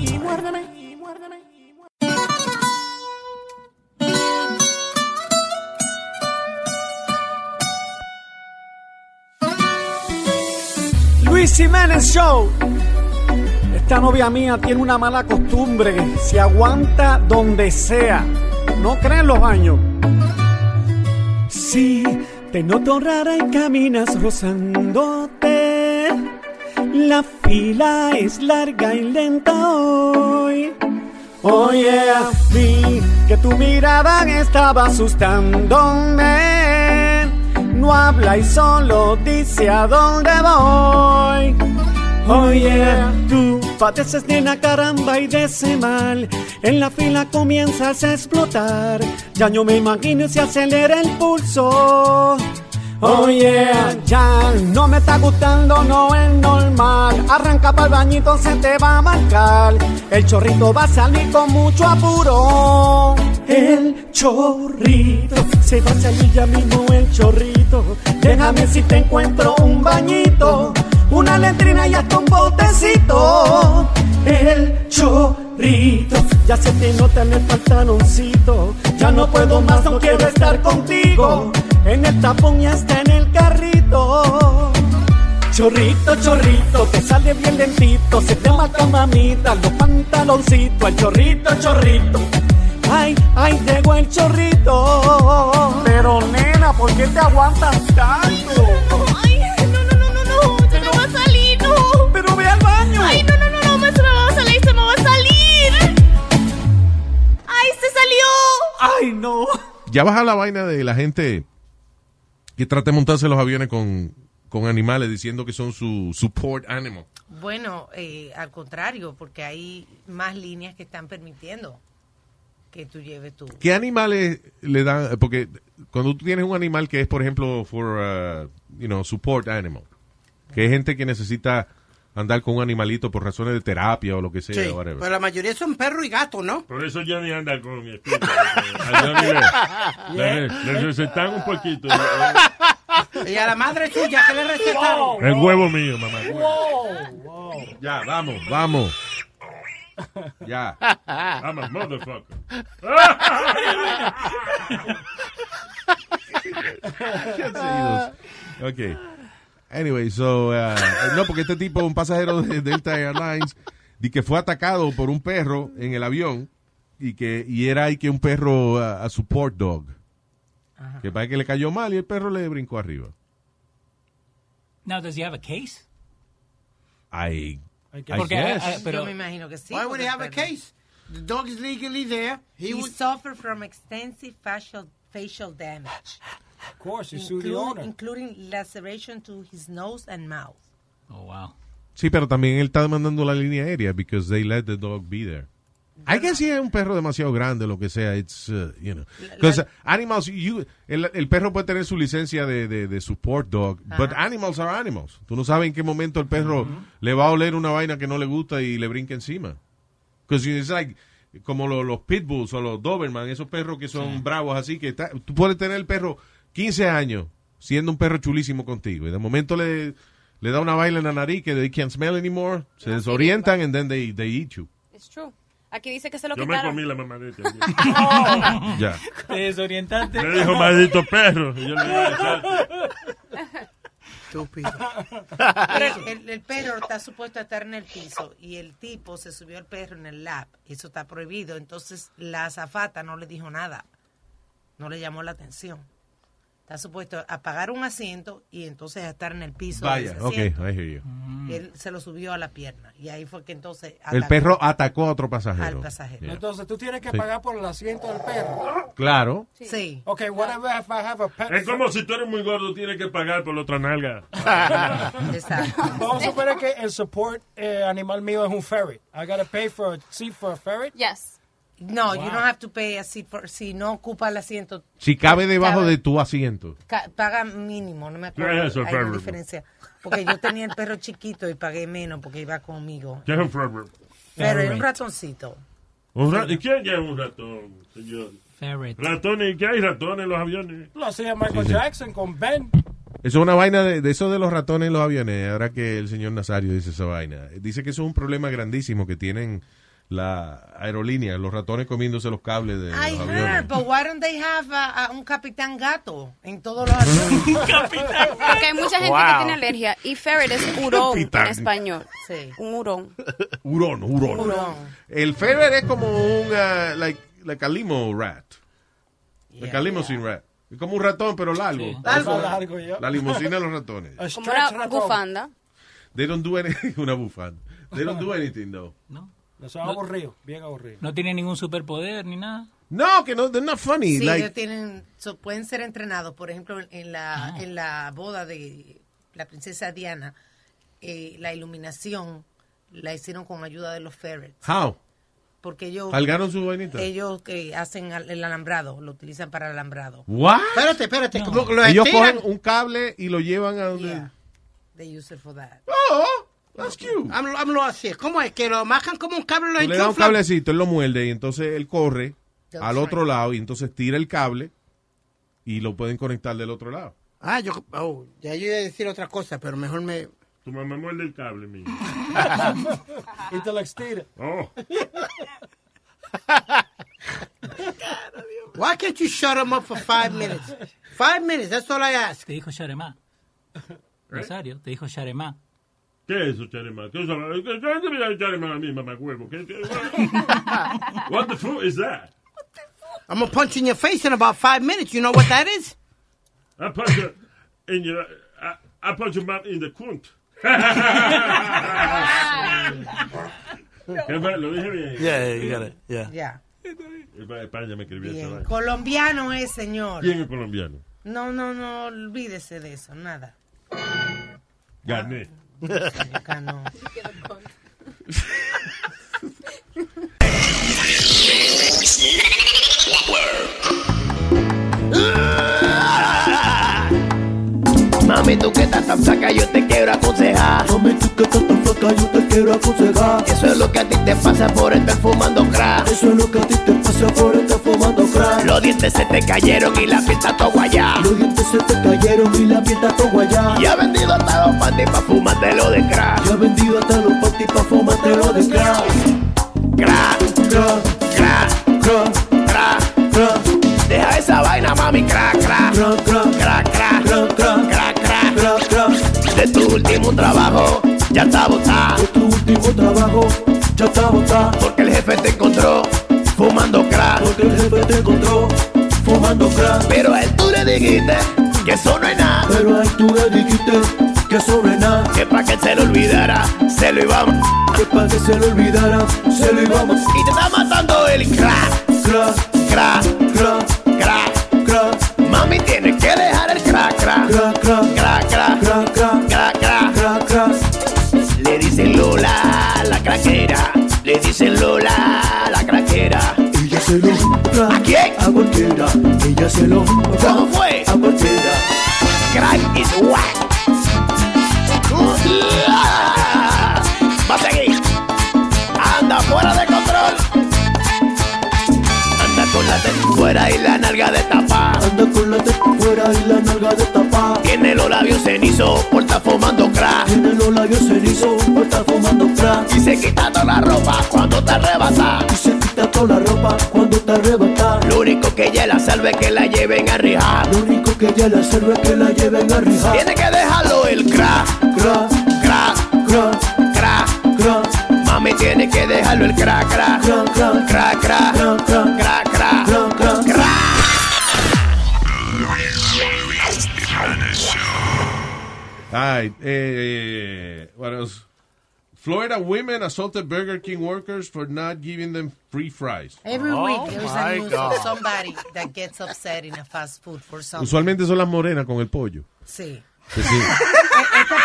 S15: y muérdeme.
S16: Luis Jiménez Show. Esta novia mía tiene una mala costumbre. Se aguanta donde sea. No creen los baños. Sí, te noto rara y caminas rozándote. La fila es larga y lenta hoy. Oye, a vi que tu mirada estaba asustándome. No habla y solo dice a dónde voy. Oye, tú padeces de una caramba y de ese mal. En la fila comienzas a explotar. Ya no me imagino si acelera el pulso. Oh yeah, ya no me está gustando, no es normal. Arranca para el bañito, se te va a marcar. El chorrito va a salir con mucho apuro. El chorrito se va a salir ya mismo el chorrito. Déjame si te encuentro un bañito, una letrina y hasta un botecito. El chorrito ya se te nota en el pantaloncito. Ya no puedo más, no quiero estar contigo. En el tapón y hasta en el carrito. Chorrito, chorrito, te sale bien lentito, se te marca mamita, los pantaloncitos, el chorrito, chorrito. Ay, ay, llegó el chorrito. Pero nena, ¿por qué te aguantas tanto? Ay, no, no, no, no, no, se me va a salir, no. Pero ve al baño.
S15: Ay, no, no, no, no, me- se me va a salir, se me va a salir. Ay, se salió.
S16: Ay, no.
S3: Ya baja la vaina de la gente que trata de montarse los aviones con, con animales diciendo que son su support animal.
S13: Bueno, eh, al contrario, porque hay más líneas que están permitiendo que tú lleves tu...
S3: ¿Qué animales le dan? Porque cuando tú tienes un animal que es, por ejemplo, for, uh, you know, support animal, Que hay gente que necesita andar con un animalito por razones de terapia o lo que sea.
S9: Sí,
S3: whatever.
S9: pero la mayoría son perros y gatos, ¿no?
S1: Por eso Johnny anda con mi espíritu. A Johnny le, le,
S13: ¿Eh?
S1: le recetan un poquito.
S13: Ah.
S9: Y a la madre suya, ¿qué le recetaron?
S1: El huevo mío, mamá.
S3: Ya, vamos, vamos. Ya.
S1: I'm a motherfucker.
S3: Ok. Anyway, so. uh, no, porque este tipo, un pasajero de Delta Airlines, di que fue atacado por un perro en el avión y que y era ahí que un perro uh, a support dog. Que parece que le cayó mal y el perro le brincó arriba.
S4: Now, does he have a case?
S3: Ay. I
S4: Porque,
S3: guess.
S4: ah, ah, pero-
S13: Yo me imagino que sí.
S9: Why would
S13: porque
S9: he have a
S13: está-
S9: case? The dog is legally there. He,
S13: He
S9: would...
S13: suffered from extensive facial, facial damage.
S7: Of course, you sue the
S13: including-
S7: owner.
S13: Including laceration to his nose and mouth.
S4: Oh, wow.
S3: Sí, pero también él está demandando la línea aérea because they let the dog be there. Hay que si es un perro demasiado grande, lo que sea, it's, uh, you know. 'Cause animals, you- el, el perro puede tener su licencia de, de, de support dog, but animals are animals. Tú no sabes en qué momento el perro le va a oler una vaina que no le gusta y le brinca encima. Because it's like, como lo- los pitbulls o los doberman, esos perros que son bravos así, que está- tú puedes tener el perro 15 años siendo un perro chulísimo contigo y de momento le, le da una vaina en la nariz que they can't smell anymore, se desorientan and then they, they eat you.
S11: It's true. Aquí dice que se lo
S1: Yo me
S11: quitaron.
S1: comí la mamá de este. ayer.
S3: Ya.
S4: Te desorientaste.
S1: Me dijo, maldito perro. Y yo le dije, "Exacto".
S9: Estúpido.
S13: El, el- el perro está supuesto a estar en el piso y el tipo se subió al perro en el lap. Eso está prohibido. Entonces la azafata no le dijo nada. No le llamó la atención. Está supuesto a pagar un asiento y entonces a estar en el piso. de
S3: Vaya,
S13: ese
S3: ok, I
S13: asiento. Mm.
S3: hear you.
S13: Él se lo subió a la pierna. Y ahí fue que entonces.
S3: El
S13: atacó
S3: perro atacó a otro pasajero.
S13: Al pasajero.
S3: Yeah.
S7: Entonces tú tienes que
S3: Sí.
S7: pagar por el asiento del perro.
S3: Claro.
S13: Sí.
S7: Ok, whatever if I have a pet.
S1: Es como si tú eres muy gordo, tienes que pagar por la otra nalga.
S13: Exacto.
S7: Vamos a suponer que el support eh, animal mío es un ferret. I gotta pay for a seat for a ferret.
S11: Yes.
S7: Wow.
S13: No, you don't have to pay a seat for- si no ocupa el asiento.
S3: Si cabe debajo
S13: Cabe.
S3: de tu asiento.
S13: Ca- paga mínimo, no me acuerdo.
S1: ¿Qué es eso,
S13: Hay una
S1: perro?
S13: diferencia. Porque yo tenía el perro chiquito y pagué menos porque iba conmigo.
S1: ¿Qué es un ferret?
S13: Pero es
S1: Ferret.
S13: un ratoncito.
S1: Un ra- ¿Y quién lleva un ratón, señor?
S4: Ferret.
S1: Ratones, ¿qué hay ratones en los aviones?
S7: Lo hacía Michael
S3: Sí, sí.
S7: Jackson con Ben.
S3: Eso es una vaina de, de eso de los ratones en los aviones, ahora que el señor Nazario dice esa vaina. Dice que eso es un problema grandísimo que tienen la aerolínea, los ratones comiéndose los cables de
S13: I
S3: Eh, los
S13: heard,
S3: aviones.
S13: but why don't they have a, a- un capitán gato en todos los aviones?
S11: Porque hay mucha gente
S3: Wow.
S11: que tiene alergia. Y ferret es hurón en
S3: Capitán.
S11: español. Un hurón.
S3: Hurón, hurón.
S11: Hurón.
S3: El fever es como un, ah, like, like a limo rat. Like a limousine rat. Es como un ratón, pero largo.
S7: Largo.
S3: Eso,
S7: Largo, yeah.
S3: La limusina de los ratones.
S7: A
S11: Como una
S7: stretch ratón.
S11: bufanda.
S3: They don't do anything. Una bufanda. They don't do anything, though.
S7: Eso es aburrido, bien aburrido.
S4: No tiene ningún superpoder ni nada.
S3: No, que no, they're not funny.
S13: Sí,
S3: like,
S13: ellos tienen, so, pueden ser entrenados. Por ejemplo, en- en la, en la boda de la princesa Diana, eh, la iluminación la hicieron con ayuda de los ferrets.
S3: how?
S13: Porque ellos...
S3: ¿Algaron su vainita?
S13: Ellos que hacen al- el alambrado, lo utilizan para el alambrado.
S3: What?
S9: Espérate, espérate. Lo, lo
S3: Ellos
S9: estiran.
S3: cogen un cable y lo llevan a donde...
S13: They use it for that.
S9: Oh,
S3: that's cute.
S9: AMLO, AMLO así. es. ¿Cómo es? Que lo majan como un cable y lo
S3: Tú le da un
S9: enchuflan.
S3: cablecito, él lo muerde y entonces él corre
S9: That's
S3: al
S9: right.
S3: otro lado y entonces tira el cable y lo pueden conectar del otro lado.
S9: Ah, yo, oh, ya yo iba a decir otra cosa, pero mejor me...
S1: Tu mamá muerde el cable, mío.
S7: Y te lo extira.
S1: Oh,
S9: Why can't you shut him up for five minutes? Five minutes, that's all I ask.
S4: Te dijo Sharema. Rosario, te dijo Sharema.
S1: ¿qué es eso, Charemán? ¿Qué es eso? ¿Qué es eso, Charemán? A mí, mamá, huevo. ¿Qué, qué, what the fuck is that?
S9: I'm gonna punch you in your face in about five minutes. You know what that is?
S1: I punch you in your... I, I punch your mom in the cunt. ¿Qué fue? Lo dije bien.
S17: Yeah, yeah, you got it. Yeah.
S13: Ya.
S1: España me escribió esa
S13: Bien.
S1: vaina.
S13: Colombiano es, señor.
S1: ¿Quién es colombiano?
S13: No, no, no, olvídese de eso, nada.
S1: Gané.
S13: Acá no.
S8: Mamá
S17: Mami, tú que estás tan flaca, yo te quiero aconsejar. Mami, tú que estás tan flaca, yo te quiero aconsejar. Eso es lo que a ti te pasa por estar fumando crack. Eso es lo que a ti te pasa por estar fumando crack. Los dientes se te cayeron y la piel está todo guayá. Los dientes se te cayeron y la piel está todo guayá. Y ha vendido hasta los panties pa' fumártelo de crack. Y ha vendido hasta los panties pa' fumártelo de crack. Crack, crack, crack, crack, crack, crack. Deja esa vaina, mami, crack, crack, crack, crack, crack, crack, crack, crack, crack, crack. De tu último trabajo ya está botado. De tu último trabajo ya está botado. Porque el jefe te encontró fumando crack. Porque el jefe te encontró fumando crack. Pero a él tú le dijiste que eso no es nada. Pero a él tú le dijiste que eso no es nada. Que pa' que se lo olvidara, se lo íbamos. Que pa' que se lo olvidara, se lo íbamos. Y te está matando el crack. Crack, crack, crack, crack, crack. Mami, tienes que dejar el crack, crack. Crack, crack, crack, crack, crack, crack, crack, crack, Le dicen Lola, la craquera. Le dicen Lola, la craquera. Ella se lo ¿A quién? A cualquiera. Ella se lo ¿Cómo fue? A cualquiera. Crack is whack. ¡Ah! Va a seguir. Anda fuera de control. Anda con la teta fuera y la nalga de tapa. Anda con la teta fuera y la nalga de tapa. Tiene los labios cenizo por estar fumando crack. Tiene los labios cenizo por estar fumando crack. Y se quita toda la ropa cuando te arrebata. Y se quita toda la ropa cuando te arrebata. Lo único que ella la salve es que la lleven a rijar. Lo único que ella la salve es que la lleven a rijar. Tiene que dejarlo el crack. Crack, crack, crack, crack, crack. Mami tiene que dejarlo el crack, crack, crack, crack, crack, crack, crack, crack, crack, crack.
S3: Alright, eh, what else? Florida women assaulted Burger King workers for not giving them free fries.
S13: Every
S3: Oh,
S13: week there's
S3: my
S13: a news
S3: God.
S13: of somebody that gets upset in a fast food for something.
S3: Usualmente son las morenas con el pollo.
S13: Sí.
S3: Que sí.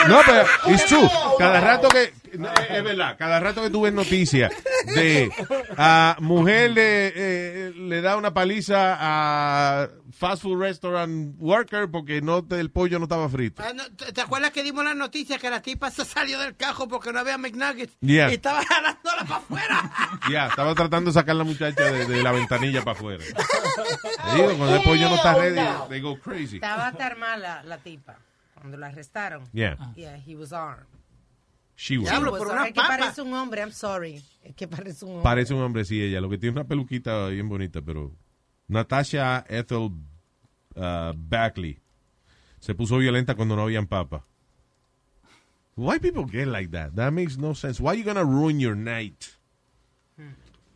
S3: No, pero it's true. Cada rato que no, es es verdad, cada rato que tú ves noticias de a mujer le, eh, le da una paliza a fast food restaurant worker porque no te- el pollo no estaba frito.
S9: Ah, no, ¿Te te acuerdas que dimos la noticia que la tipa se salió del cajo porque no había McNuggets?
S3: Yeah.
S9: Y estaba jalándola para afuera.
S3: Ya, estaba tratando de sacar la muchacha de, de la ventanilla para afuera. Te digo, cuando el pollo no está ready, they go crazy.
S13: Estaba tan mala la tipa cuando la arrestaron.
S3: Yeah.
S13: Yeah, he was armed.
S3: She was.
S13: He was armed. Es que parece un hombre, I'm sorry. Es que parece un hombre.
S3: Parece un hombre, sí, ella. Lo que tiene una peluquita bien bonita, pero. Natasha Ethel uh, Backley. Se puso violenta cuando no habían papa. Why people get like that? That makes no sense. Why you gonna ruin your night?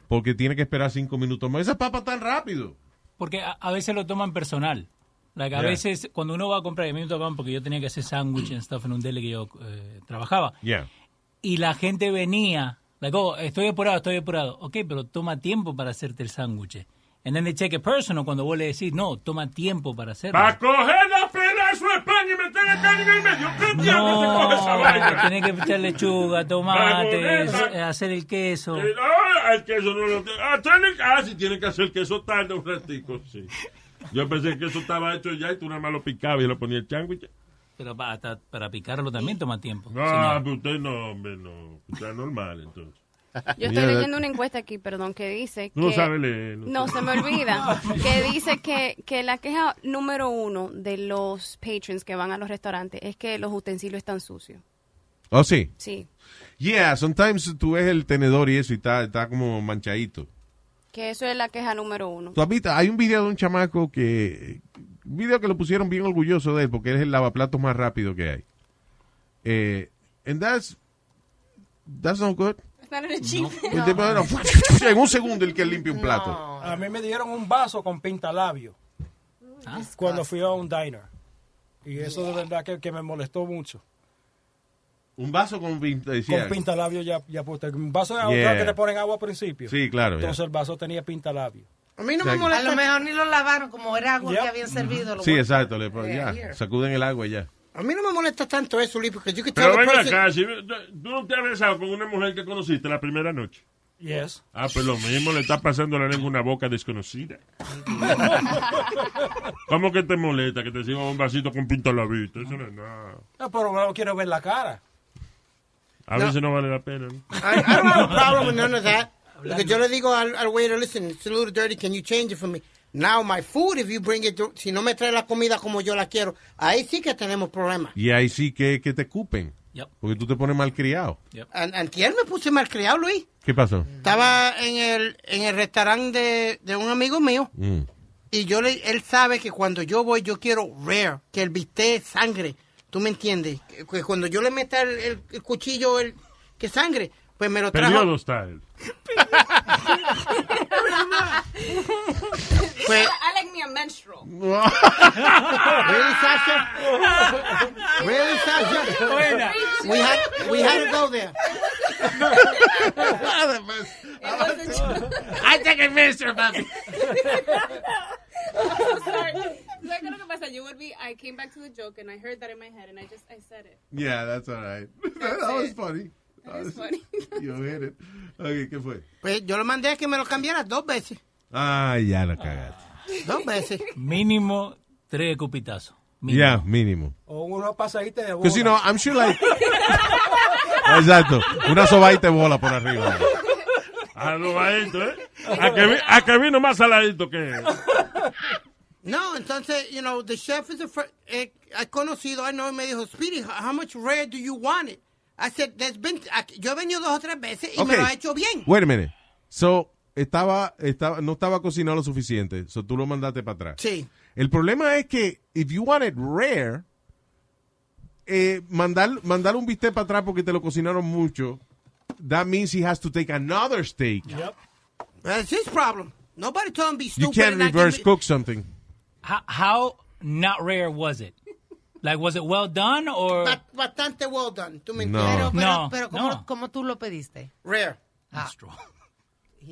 S3: Porque tiene que esperar cinco minutos más. Esas papas tan rápido.
S4: Porque a, a veces lo toman personal. Like, a
S3: Yeah.
S4: veces cuando uno va a comprar, a mí me tocaban porque yo tenía que hacer sándwich and stuff en un deli que yo eh, trabajaba.
S3: Yeah.
S4: Y la gente venía, like, oh, estoy apurado, estoy apurado. Ok, pero toma tiempo para hacerte el sándwich. And then they check it personal cuando vos le decís, no, toma tiempo para hacerlo.
S1: Para coger dos pedazos de pan y meter la carne en el medio. ¿Qué diablos se coge esa vaina?
S4: Tienes que echar lechuga, tomates, eh, hacer el queso.
S1: Eh, Ah, el queso no lo tiene. Ah, tiene- ah, sí, tiene que hacer queso tarde un ratico, sí. Yo pensé que eso estaba hecho ya y tú nada más lo picabas y lo ponías el changuiche.
S4: Pero pa- hasta para picarlo también toma tiempo.
S1: No,
S4: señor.
S1: pero usted no, hombre, no. Usted es normal, entonces.
S11: Yo estoy leyendo una encuesta aquí, perdón, que dice que...
S1: No sabe leer, no
S11: No, se me olvida. Que dice que, que la queja número uno de los patrons que van a los restaurantes es que los utensilios están sucios.
S3: Oh, sí.
S11: Sí.
S3: Yeah, sometimes tú ves el tenedor y eso y está, está como manchadito.
S11: Que eso es la queja número uno.
S3: Tú has visto, hay un video de un chamaco que. Un video que lo pusieron bien orgulloso de él porque él es el lavaplatos más rápido que hay. Eh, and that's. That's not good. El tipo era- En un segundo el que limpia un plato.
S7: A mí me dieron un vaso con pintalabio
S13: Ah.
S7: cuando fui a un diner. Y eso de verdad que, que me molestó mucho.
S3: Un vaso con pinta. decía-
S7: Con pintalabio ya, ya puesto. Un vaso de agua
S3: eh. Yeah.
S7: claro que te ponen agua al principio.
S3: Sí, claro,
S7: Entonces el vaso tenía pintalabio.
S13: A mí
S3: no me Exacto. molesta.
S13: A lo mejor ni lo lavaron como era agua que habían servido. lo Eh,
S3: Sí,
S13: bueno.
S3: exacto. le pon-
S13: Yeah,
S3: ya,
S13: yeah.
S3: sacuden el agua y ya.
S9: A mí no me molesta tanto eso, Lee, porque yo que
S1: Pero
S9: estaba
S1: ven acá, si, tú no te has besado con una mujer que conociste la primera noche.
S7: Yes.
S1: Ah, pues lo mismo le está pasando la lengua a una boca desconocida. ¿Cómo que te molesta que te sirva un vasito con pinta a la vista? Eso no es nada.
S7: No, pero no quiero ver la cara.
S1: A
S7: No.
S1: veces no vale la pena. ¿no?
S9: I, I don't have a problem with none of that. Lo que yo le digo al, al waiter, listen, it's a little dirty, can you change it for me? Now my food, if you bring it, to- si no me trae la comida como yo la quiero, ahí sí que tenemos problemas.
S3: Y ahí sí que, que te cupen.
S9: Yep.
S3: Porque tú te pones malcriado.
S9: An- Antier me puse mal criado, Luis.
S3: ¿Qué pasó?
S9: Estaba en el, en el restaurante de, de un amigo mío
S3: Mm.
S9: y yo le, él sabe que cuando yo voy yo quiero rare, que el bistec es sangre, ¿tú me entiendes? Que, que cuando yo le meta el, el- el cuchillo, el, que sangre, pues me lo trajo.
S1: Perdió dos tiles.
S9: Pues-
S11: I like me a menstrual.
S9: really, Sasha? Really, Sasha?
S8: Buena.
S9: We had, we had to go there.
S8: I take a picture, Bobby.
S11: Sorry. Like, I don't know about that. You would be. I came back to the joke and I heard that in my head and I just I said it.
S3: Yeah, that's all right.
S11: That was
S3: funny.
S11: That is funny.
S3: You hit it. Ok, ¿qué fue?
S9: Pues yo lo mandé a que me lo cambiara dos veces.
S3: Ah, ya la cagaste.
S9: Dos veces.
S4: Mínimo tres cupitazos.
S3: Ya, mínimo.
S7: O unos pasaditos de bola.
S3: Because, you know, I'm sure like... Exacto. Una sobaita de bola por arriba.
S1: A lo bajito, ¿eh? A que, vi- a que vino más saladito que él.
S9: No, entonces, you know, the chef is a fr- eh, ha conocido, I know, y me dijo, Speedy, how- how much rare do you want it? I said, there's been, aquí- yo he venido dos o tres veces y me
S3: Ok.
S9: lo ha hecho bien.
S3: Wait a minute. So, estaba, estaba, no estaba cocinado lo suficiente. So, tú lo mandaste para atrás.
S9: Sí.
S3: El problema es que, if you want it rare, eh, mandar, mandar un bistec para atrás porque te lo cocinaron mucho, that means he has to take another steak.
S9: That's his problem. Nobody told him be stupid.
S3: You can't
S9: and not give
S3: reverse
S9: me-
S3: cook something.
S4: How, how not rare was it? Like, was it well done or?
S9: Bastante well done. Tú me
S4: No.
S9: entiendes.
S4: Pero- pero- No, pero
S13: ¿Cómo, cómo tú lo pediste?
S9: Rare. Ah.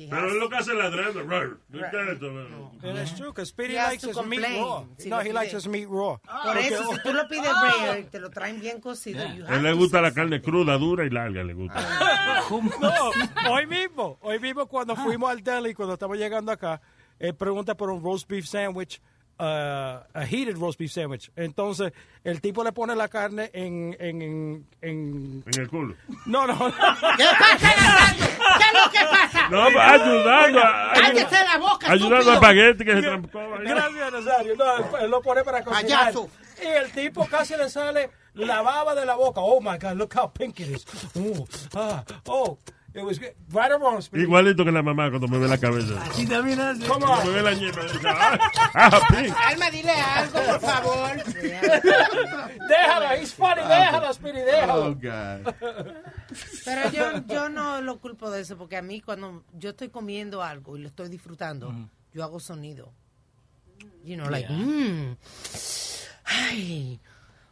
S1: Pero es lo que hace ladrando. Rar. ¿Qué es esto, mano?
S7: And it's true, because Speedy
S13: He has
S7: likes
S13: to
S7: his meat
S13: complain.
S7: raw.
S13: Si
S7: no,
S13: lo
S7: he
S13: pide.
S7: likes his meat raw.
S13: Por eso, si tú lo pides
S7: Ah.
S13: rare y te lo traen bien cocido, you
S1: A él
S13: have
S1: le
S13: to Ah.
S1: gusta la carne cruda, dura y larga, le gusta.
S7: No, hoy mismo, hoy mismo cuando
S13: Ah.
S7: fuimos al deli, cuando estamos llegando acá, él pregunta por un roast beef sandwich, uh, a heated roast beef sandwich. Entonces, el tipo le pone la carne en... En, en, en...
S1: el culo.
S7: No, no.
S9: ¿Qué pasa, Nazario? ¿Qué es lo que pasa?
S1: No, pues, va ayudando a-
S9: Cállese la boca,
S1: Ayudando a
S9: estúpido.
S1: Spaghetti que se trampó.
S7: Gracias, Nazario. No, él- él lo pone para cocinar.
S9: Payaso.
S7: Y el tipo casi le sale la baba de la boca. Oh, my God, look how pink it is. Ooh, ah, oh, it was good. Right or wrong, Speedy?
S1: Igualito que la mamá cuando mueve la cabeza.
S7: Y también hace.
S1: Come on. Mueve la ñema. Ah, pin.
S9: Alma, dile algo, por favor.
S7: Déjala, he's funny, déjala, Speedy, déjala.
S3: Ah, Oh, God.
S13: Pero yo, yo no lo culpo de eso, porque a mí cuando yo estoy comiendo algo y lo estoy disfrutando, yo hago sonido. You know, like,
S1: Yeah.
S13: mm, ay,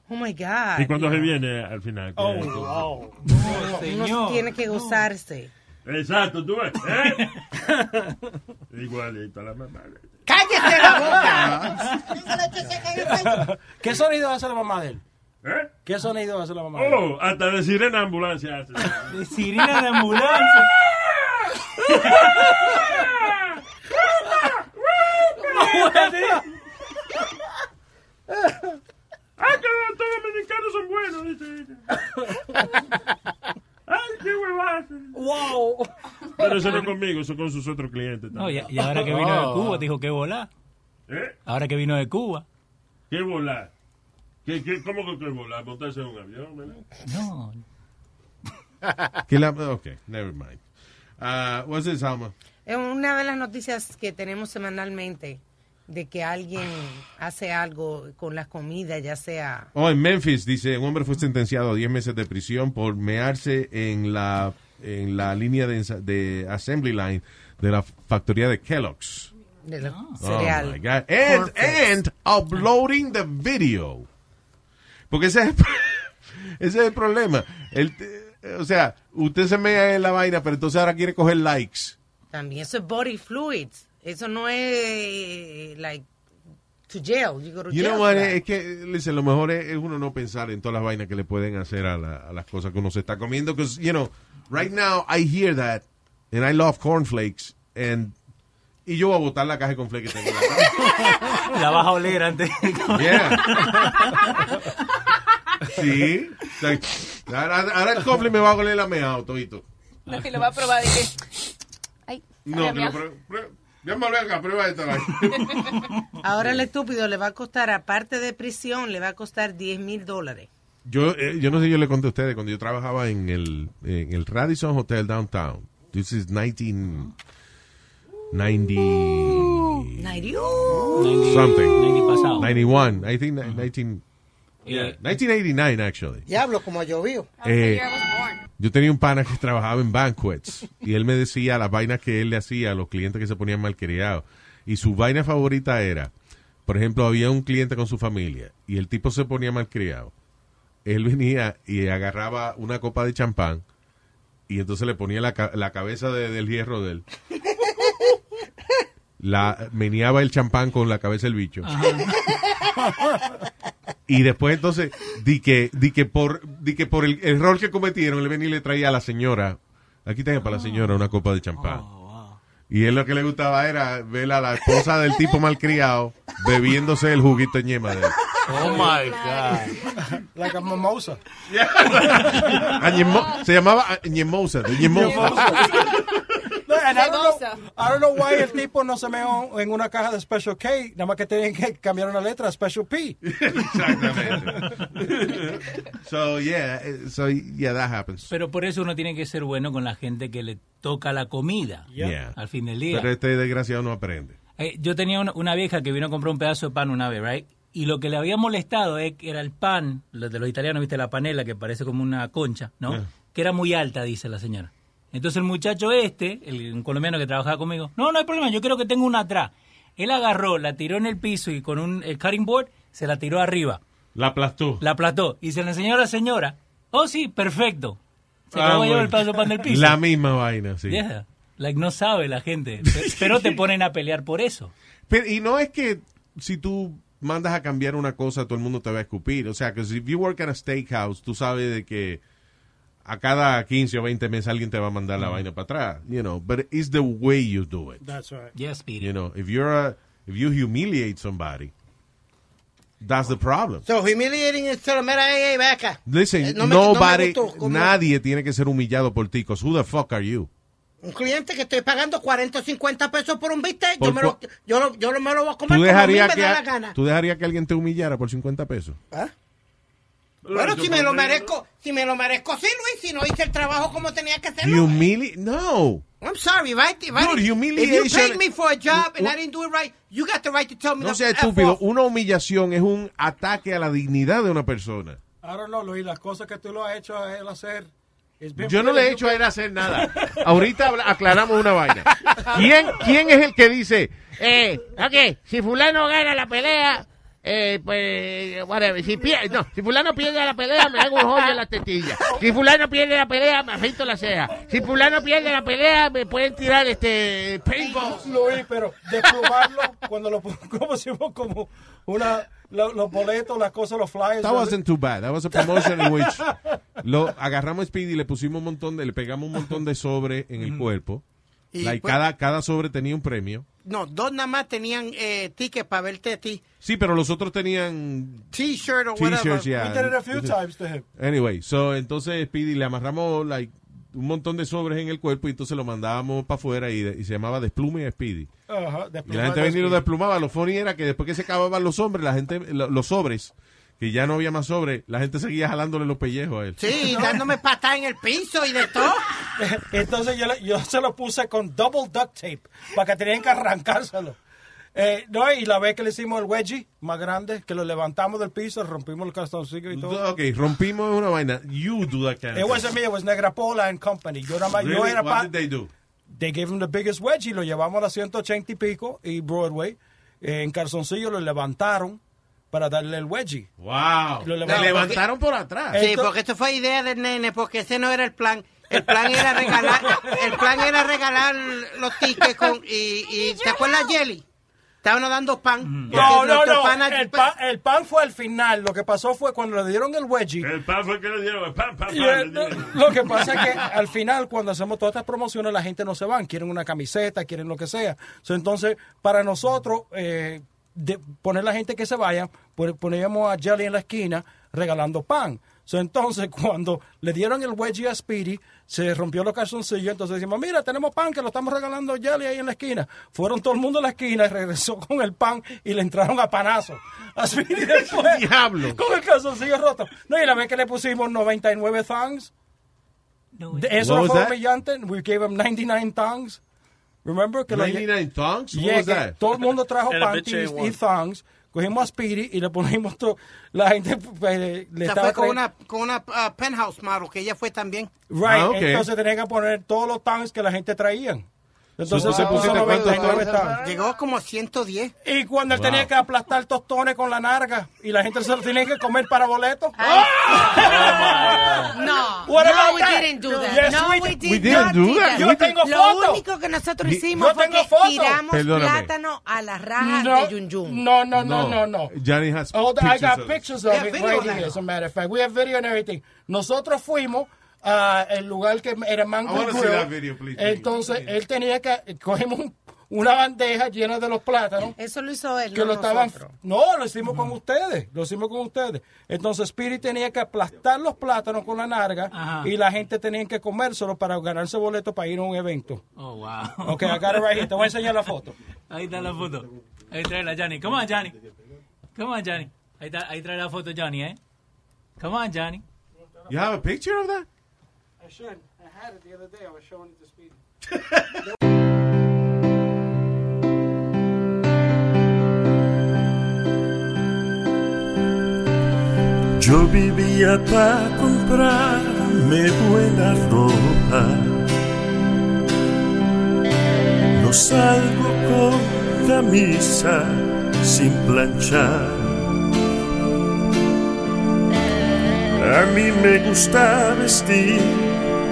S13: oh my God.
S1: Y cuando
S13: you
S1: se
S13: know.
S1: viene al final. que-
S13: Oh, wow. Uno- Uno
S1: señor.
S13: tiene que gozarse.
S1: Exacto, tú ves. ¿eh? Igualito a la mamá.
S9: ¡Cállese
S7: la
S9: boca!
S7: ¿Qué sonido hace la mamá de él?
S1: ¿Eh?
S7: ¿Qué sonido hace la mamá de él?
S1: Oh, hasta de sirena de ambulancia hace.
S4: De sirena de ambulancia.
S1: ¡Ah, que los dominicanos son buenos! dice ella. ¡Ay, qué huevada!
S7: ¡Wow!
S1: Pero eso no es conmigo, eso es con sus otros clientes.
S4: No, y,
S1: también. Oh.
S4: y ahora que vino de Cuba, dijo que volá.
S1: ¿Eh?
S4: Ahora que vino de Cuba.
S1: ¿Qué volar? ¿Qué, qué, ¿Cómo que qué volar? ¿Montarse en un avión? ¿verdad?
S4: No.
S3: Que la- okay, never mind. Uh, what's this, Alma?
S13: Es una de las noticias que tenemos semanalmente de que alguien hace algo con las comidas, ya sea...
S3: Oh, en Memphis, dice, un hombre fue sentenciado a 10 meses de prisión por mearse en la, en la línea de, ensa- de assembly line de la factoría de Kellogg's.
S13: De los
S3: Oh, my
S13: cereal.
S3: God. eh. And,
S13: Cornflakes.
S3: and uploading the video. Porque ese es, el pro- ese es el problema. El- eh, o sea, usted se mea en la vaina, pero entonces ahora quiere coger likes.
S13: También eso es body fluids. Eso no es, eh, like, to jail. You go to
S3: You
S13: jail
S3: know
S13: for
S3: what, eh,
S13: that.
S3: es que, listen, lo mejor es, es uno no pensar en todas las vainas que le pueden hacer a, la- a las cosas que uno se está comiendo, because, you know, right now I hear that, and I love cornflakes, and y yo voy a botar la caja de cornflakes que tengo. en la mano.
S4: La vas a oler antes.
S3: Sí. O sea, Ahora, ahora el cornflake me va a goler la mea, todito.
S11: No, si lo va a probar, dije. Ay,
S3: No,
S11: ay,
S3: que lo
S11: mía.
S3: pruebe. pruebe. Llama a Blanca, prueba esta vaina.
S13: Ahora el estúpido le va a costar, aparte de prisión, le va a costar 10 mil dólares.
S3: Yo, eh, yo no sé, yo le conté a ustedes, cuando yo trabajaba en el, en el Radisson Hotel Downtown, this is 1990 something,
S4: 90 pasado.
S3: 91, I think 19, yeah, 1989 actually.
S9: Diablo, como llovió.
S3: Eh, yo tenía un pana que trabajaba en banquets y él me decía las vainas que él le hacía a los clientes que se ponían malcriados. Y su vaina favorita era, por ejemplo, había un cliente con su familia y el tipo se ponía malcriado. Él venía y agarraba una copa de champán y entonces le ponía la, ca- la cabeza de- del hierro de él. La, meneaba el champán con la cabeza del bicho. Y después entonces di que, di que por, di que por el error que cometieron, él venía y le traía a la señora, aquí tenía
S4: Ah.
S3: para la señora una copa de champán.
S4: Oh,
S3: Y él lo que le gustaba era ver a la esposa del tipo malcriado bebiéndose el juguito de ñema de él.
S7: Oh my God. Like a mimosa.
S3: A Ah, ñemo- se llamaba a- ñemosa, de ñemosa.
S7: No, and I, don't know, I don't know why el tipo no se meó en una caja de Special K, nada más que tienen que cambiar una letra, a Special P.
S3: So yeah, eh, so yeah, that happens.
S4: Pero por eso uno tiene que ser bueno con la gente que le toca la comida
S3: Yeah.
S4: al fin del día.
S3: Pero este desgraciado no aprende.
S4: Eh, yo tenía una, una vieja que vino a comprar un pedazo de pan una vez, ¿right? Y lo que le había molestado es que era el pan, lo de los italianos, ¿viste? La panela que parece como una concha, ¿no?
S8: Ah.
S4: Que era muy alta, dice la señora. Entonces el muchacho este, el un colombiano que trabajaba conmigo, no, no hay problema, yo quiero que tenga una atrás. Él agarró, la tiró en el piso y con un eh, cutting board se la tiró arriba.
S3: La aplastó.
S4: La aplastó. Y se la enseñó a la señora. Oh, sí, perfecto. Se
S3: Ah,
S4: acabó de
S3: bueno.
S4: llevar el pedazo de pan del piso.
S3: La misma vaina, sí.
S4: Yeah. Like, no sabe la gente. Pe- Pero te ponen a pelear por eso.
S3: Pero- y no es que si tú mandas a cambiar una cosa, todo el mundo te va a escupir. O sea, que si you work at a steakhouse, tú sabes de que a cada 15 o 20 meses alguien te va a mandar la vaina para atrás. You know, but it's the way you do it.
S18: That's right.
S4: Yes, Pete.
S3: You know, if you're a, if you humiliate somebody, that's the problem.
S9: So, humiliating is solo, mira, hey, hey, ve acá.
S3: Listen,
S9: Eh, no me- no me
S3: nobody,
S9: gustó, ¿cómo?
S3: nadie tiene que ser humillado por ti, 'cause who the fuck are you?
S9: Un cliente que estoy pagando 40 o 50 pesos por un bistec, yo,
S3: Por
S9: me lo, yo, lo, yo lo- me lo voy a comer como
S3: ¿Tú
S9: a mí me
S3: dejarías,
S9: da la
S3: que,
S9: gana.
S3: ¿Tú dejarías que alguien te humillara por 50 pesos?
S9: Bueno, si me lo merezco, si me lo merezco, sí, Luis, si no hice el trabajo como tenía que hacerlo.
S3: Humili... No.
S9: I'm sorry, right? If I
S3: Dude,
S9: didn't-
S3: humiliation-
S9: If you paid me for a job and
S3: No-
S9: I didn't do it right, you got the right to tell me
S3: No
S9: the
S3: sea
S9: F
S3: estúpido.
S9: off.
S3: Una humillación es un ataque a la dignidad de una persona.
S7: I don't know, Luis, las cosas que tú lo has hecho a él hacer. it's been
S3: Yo no le he
S7: really
S3: hecho a él hacer nada.
S7: stupid.
S3: Ahorita habla- aclaramos una vaina. ¿Quién, ¿Quién es el que dice, eh, ok, si fulano gana la pelea, eh, pues, whatever, si pierde, no, si fulano pierde la pelea, me hago un hoyo en la tetilla. Si fulano pierde la pelea, me afeito la ceja. Si fulano pierde la pelea, me pueden tirar este paintball.
S7: Luis, pero desplumarlo cuando lo pon- como si fue como una lo- los boletos, las cosas, los flyers.
S3: That wasn't too bad. That was a promotion in which lo agarramos a Speedy y le pusimos un montón de, le pegamos un montón de sobre en el cuerpo.
S9: Y
S3: Like,
S9: pues-
S3: cada, cada sobre tenía un premio.
S9: No, dos nada más tenían eh, tickets para verte a ti.
S3: Sí, pero los otros tenían
S9: T-shirt o whatever.
S3: t-shirts, yeah.
S7: to him.
S3: Anyway, so entonces Speedy le amarramos like un montón de sobres en el cuerpo y entonces lo mandábamos para afuera y, y se llamaba Desplume a Speedy.
S7: Ajá,
S3: Y la gente
S7: desplumado.
S3: venía y lo desplumaba. Lo funny era que después que se acababan los hombres, la gente, lo- los sobres, que ya no había más sobres, la gente seguía jalándole los pellejos a él.
S9: Sí, dándome patada en el piso y de todo.
S7: Entonces yo, le- yo se lo puse con double duct tape para que tenían que arrancárselo. Eh, no, y la vez que le hicimos el wedgie más grande, que lo levantamos del piso, rompimos el castoncillo y todo.
S3: Ok, rompimos una vaina. You do that kind of
S7: It
S3: thing.
S7: wasn't me, it was Negra Pola and company. Yo, nada más- yo
S3: Really?
S7: era
S3: What
S7: pa-
S3: did they do?
S7: They gave him the biggest wedgie, lo llevamos a la 180 y pico y Broadway. Eh, en calzoncillo lo levantaron para darle el wedgie.
S3: Wow.
S7: Lo
S9: Porque-
S3: por atrás.
S9: Sí,
S7: Esto-
S9: porque esto fue idea del nene, porque ese no era el plan. El plan era regalar, el plan era regalar los tickets con, y, y ¿te acuerdas Jelly? Estaban dando pan. pues? porque
S7: No, no,
S9: nuestro
S7: no.
S9: pana-
S7: el, pan, el pan fue al final. Lo que pasó fue cuando le dieron el wedgie.
S1: El pan fue que le dieron el pan, pan, pan.
S7: Y,
S1: le
S7: eh, no,
S1: dieron.
S7: lo que pasa es que al final, cuando hacemos todas estas promociones, la gente no se van. Quieren una camiseta, quieren lo que sea. So, entonces, para nosotros, eh, de- poner la gente que se vaya, pues, poníamos a Jelly en la esquina regalando pan. So, entonces, cuando le dieron el wedgie a Speedy, se rompió los calzoncillos. Entonces decimos, mira, tenemos pan que lo estamos regalando a Jelly ahí en la esquina. Fueron todo el mundo a la esquina y regresó con el pan y le entraron a panazo. A Speedy después.
S3: Diablo.
S7: Con el calzoncillo roto. No, y la vez que le pusimos 99 thongs. de- Eso
S3: What
S7: no
S3: was
S7: fue
S3: that?
S7: humillante. We gave him 99 thongs. Remember que lo-
S19: 99 thongs? What
S7: Yeah,
S19: was
S7: que
S19: that?
S7: Todo el mundo trajo
S19: And a bitch
S7: panties
S19: ain't
S7: y
S19: one.
S7: thongs. Cogimos a Speedy y le ponimos todo. La gente pues, le, le
S9: O sea,
S7: estaba
S9: fue con
S7: creyendo-
S9: una, con una ah, penthouse model, que ella fue también.
S3: Ah,
S7: Right, entonces tenían que poner todos los tanks que la gente traían. Entonces ah,
S9: Entonces,
S7: se puso
S9: ¿cuántos
S7: 99
S9: tanks?
S7: tanks.
S9: Llegó como a 110.
S7: Y cuando él
S9: Wow.
S7: tenía que aplastar tostones con la narga y la gente se lo tenía que comer para ¡Ah! boletos.
S13: No,
S7: What
S13: no,
S7: about
S13: we
S7: that?
S13: didn't do that.
S7: Yes,
S13: no,
S7: we
S13: we,
S7: did.
S13: did
S3: We didn't
S13: not
S3: do
S13: do that.
S3: that. We did-
S13: Lo
S3: Yo tengo
S13: único que nosotros
S3: Yo
S13: hicimos fue
S3: tengo
S13: que
S3: foto.
S13: tiramos
S3: Perdóname.
S13: plátano a las rajas
S7: No,
S13: de Yun Yun.
S7: No, no, no, no, no.
S3: Johnny has
S7: Oh, I
S3: pictures
S7: got
S3: of it.
S7: pictures of
S13: Yeah,
S7: it
S13: video
S7: right
S13: of that.
S7: here, as a matter of fact. We have video and everything. Nosotros fuimos a el lugar que era Mango
S3: I wanna
S7: Grill.
S3: see that video, please.
S7: Entonces, él tenía que... Cogimos un- una bandeja llena de los plátanos.
S13: Eso lo hizo él.
S7: que
S13: no
S7: lo estaban
S13: nosotros.
S7: no lo hicimos con ustedes lo hicimos con ustedes entonces Spirit tenía que aplastar los plátanos con la narga
S4: Ajá.
S7: y la gente tenía que comérselo para ganarse boleto para ir a un evento
S4: Oh, wow.
S7: ok I got it right here te voy a enseñar la foto
S4: Ahí está la foto. Ahí trae la Johnny. Come on, Johnny. Come on, Johnny. Ahí, está, ahí trae la foto, Johnny, ¿eh? Come on, Johnny.
S3: You have a picture of that?
S7: I should I had it the other day I was showing it to Speedy
S20: Yo vivía para comprarme buena ropa. No salgo con camisa sin planchar. A mí me gusta vestir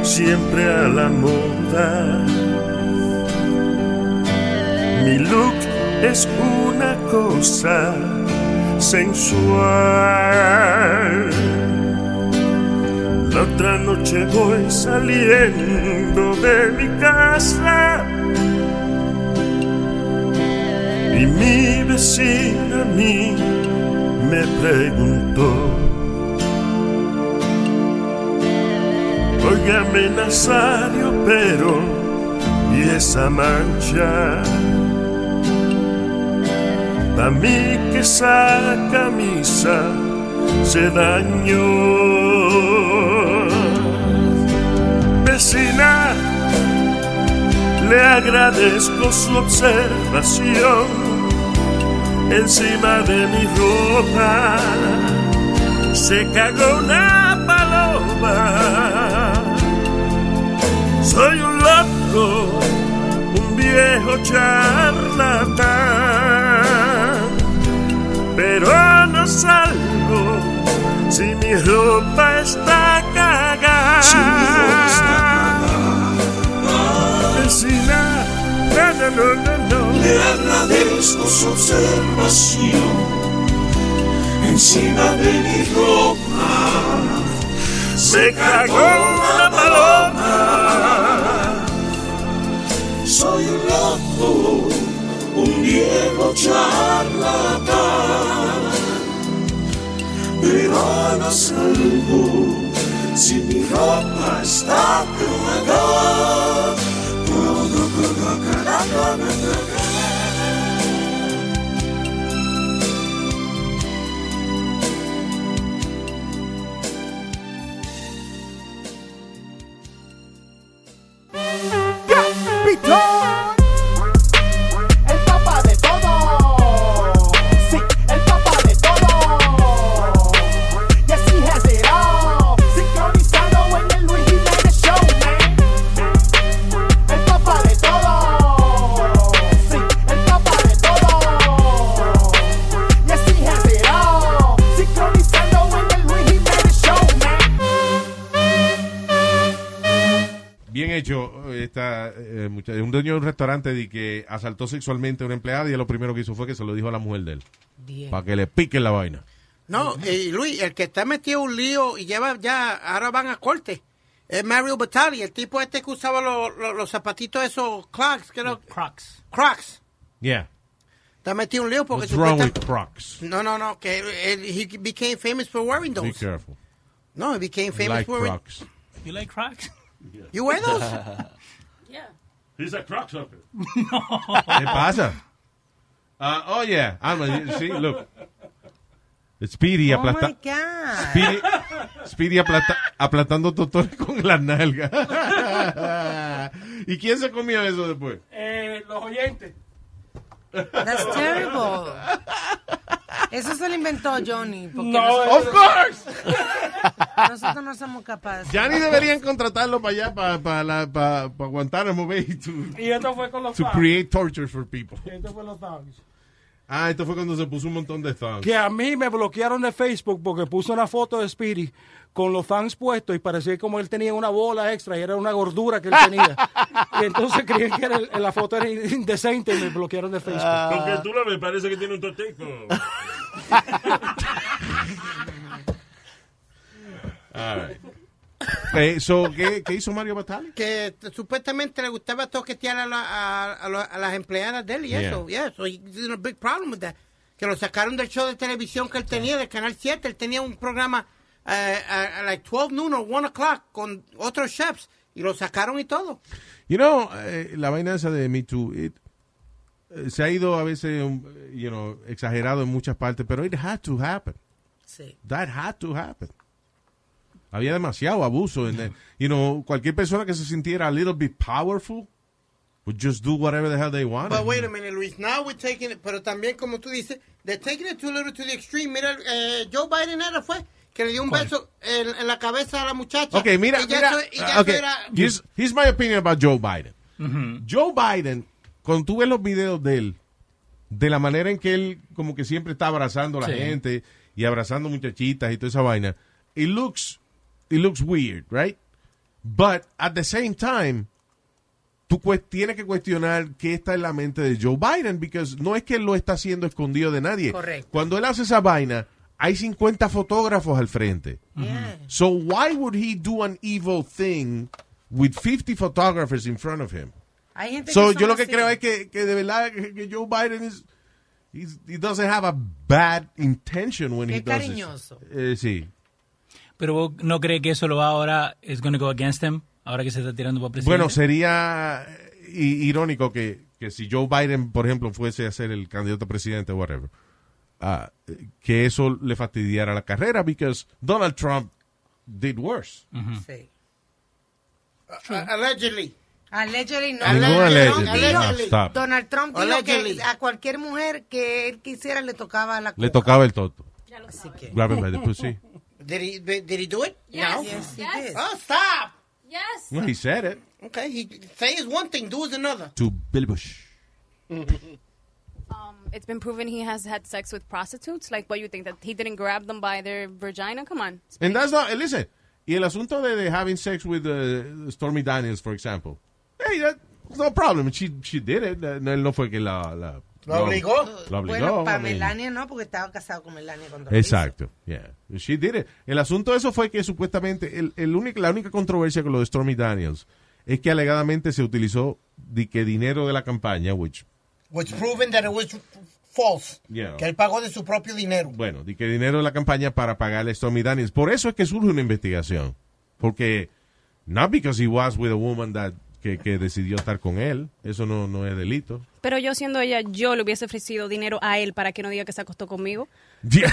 S20: siempre a la moda. Mi look es una cosa sensual. La otra noche voy saliendo de mi casa y mi vecina a mí me preguntó. Óigame Nazario, pero y esa mancha. A mí que esa camisa se dañó. Vecina, le agradezco su observación encima de mi ropa. Se cagó una paloma. Soy un loco un viejo charlatán, pero no salgo si mi ropa está cagada. Vecina, no, no, no, no. Le agradezco su observación encima de mi ropa. Se cagó una paloma. Soy un loco, un viejo charlatán. Pero no salgo si mi ropa está cagada.
S8: Pitón, el papá de todo. Sí, el papá de todo. Yes, he has it all. Sincronizado en el Luis Jiménez Show, man.
S3: Bien hecho, esta, eh, mucha- un dueño de un restaurante de que asaltó sexualmente a una empleada y él lo primero que hizo fue que se lo dijo a la mujer de él.
S9: Bien.
S3: Para que le pique la vaina.
S9: No, y Luis, el que está metido en un lío y lleva ya, ahora van a corte. Es Mario Batali, el tipo este que usaba lo- lo- los zapatitos esos Crocs, que no-
S4: Crocs.
S9: Crocs.
S3: Yeah.
S9: Está metido en un lío porque
S3: What's wrong with
S9: supuesta-
S3: Crocs?
S9: No, no, no, que él- he became famous for wearing
S3: Be
S9: those.
S3: careful.
S9: No, he became
S3: I
S9: famous
S3: like
S9: for wearing.
S3: Crocs.
S4: You like Crocs?
S9: You wear those?
S4: yeah.
S1: He's a crock sucker.
S3: ¿Qué pasa? Ah, oh, yeah. I'm a- sí, look. Speedy
S13: Oh my
S3: aplasta.
S13: God.
S3: Speedy, Speedy aplata- aplastando totones con las nalgas. ¿Y quién se comió eso después?
S14: Eh, los oyentes.
S13: That's terrible. Eso se lo inventó Johnny. porque
S14: No,
S13: nosotros-
S14: of course.
S13: Nosotros no somos capaces.
S3: Ya ni deberían contratarlo para allá, para, para, la- para, para Guantánamo Bay. To,
S14: Y esto fue con los
S3: to
S14: fans.
S3: create torture for people.
S14: Esto fue los dogs.
S3: Ah, esto fue cuando se puso un montón de thumbs.
S7: Que a mí me bloquearon de Facebook porque puse una foto de Speedy con los fans puestos y parecía como él tenía una bola extra y era una gordura que él tenía. y entonces creían que era el- la foto era indecente y me bloquearon de Facebook.
S3: Ah.
S1: Porque tú lo ves, parece que tiene un toteco.
S3: All right. Eh, so, ¿qué, ¿Qué hizo Mario Batali?
S9: Que t- supuestamente le gustaba toquetear a, la- a- a lo- a las empleadas de él y
S3: Yeah.
S9: eso. Yeah, so he- there's a big problem with that. Que lo sacaron del show de televisión que él tenía, del Canal 7. Él tenía un programa eh, a, a like 12 noon o 1 o'clock con otros chefs. Y lo sacaron y todo.
S3: You know, eh, la vaina esa de Me Too, it, eh, se ha ido a veces, um, you know, exagerado en muchas partes, pero it had to happen.
S13: Sí.
S3: That had to happen. Había demasiado abuso. En el- you know, cualquier persona que se sintiera a little bit powerful would just do whatever the hell they wanted.
S9: But wait a minute, Luis. Now we're taking it, pero también como tú dices, they're taking it too little to the extreme. Mira, eh, Joe Biden era fue que le dio un beso en, en la cabeza a la muchacha.
S3: Ok, mira,
S9: Y ya
S3: mira.
S9: eso- y ya eso
S3: okay,
S9: era-
S3: here's, here's my opinion about Joe Biden. Joe Biden, cuando tú ves los videos de él, de la manera en que él como que siempre está abrazando a la
S21: Sí.
S3: gente y abrazando muchachitas y toda esa vaina, it looks, it looks weird, right? But at the same time, tú cues- tienes que cuestionar qué está en la mente de Joe Biden, because no es que él lo está haciendo escondido de nadie.
S13: Correcto.
S3: Cuando él hace esa vaina, hay 50 fotógrafos al frente. So why would he do an evil thing with 50 photographers in front of him?
S13: Hay gente
S3: So
S13: que
S3: yo
S13: son
S3: lo que
S13: así.
S3: creo es que, que de verdad que que Joe Biden is, he's- he doesn't have a bad intention when he
S4: Es
S3: does it.
S4: cariñoso.
S3: Eh, sí.
S4: Pero vos no cree que eso lo va ahora, es going to go against him, ahora que se está tirando para presidente.
S3: Bueno, sería eh, i- irónico que, que si Joe Biden, por ejemplo, fuese a ser el candidato a presidente, whatever, ah, eh, que eso le fastidiara la carrera, because Donald Trump did worse.
S13: Sí.
S9: A- Allegedly.
S13: Allegedly no.
S3: Ningún
S13: Donald
S3: allegedly.
S13: Trump
S3: No,
S13: dijo-
S3: stop.
S13: Donald Trump dijo
S9: Allegedly.
S13: que a cualquier mujer que él quisiera le tocaba la
S3: Le tocaba el toto.
S13: Así que.
S3: Grab him by the pussy.
S9: Did he, did he do it?
S13: Yes,
S9: no.
S13: yes, he Yes. did.
S8: Ah.
S9: Oh, stop.
S13: Yes.
S3: Well, he said it
S9: Okay, he says one thing, do is another.
S3: to Bill Bush.
S11: It's been proven he has had sex with prostitutes. Like, what you think that he didn't grab them by their vagina? Come on.
S3: And that's not, listen, y el asunto de, de having sex with uh, Stormy Daniels, for example. Hey, that, no problem. She, she did it. No, él no fue que la... la
S13: Lo obligó.
S3: La obligó.
S13: Bueno, para
S3: I mean.
S13: Melania no, porque estaba casado con Melania cuando lo hizo.
S3: Exacto, yeah. She did it. El asunto de eso fue que supuestamente el, el único- la única controversia con lo de Stormy Daniels es que alegadamente se utilizó de que dinero de la campaña, which,
S9: Was proven that it was false.
S3: Yeah.
S9: Que él pagó de su propio dinero.
S3: bueno, de que dinero de la campaña para pagarle a Stormy Daniels. Por eso es que surge una investigación. Porque, not because he was with a woman that, que, que decidió estar con él, eso no, no es delito.
S11: Pero yo siendo ella, yo le hubiese ofrecido dinero a él para que no diga que se acostó conmigo.
S3: It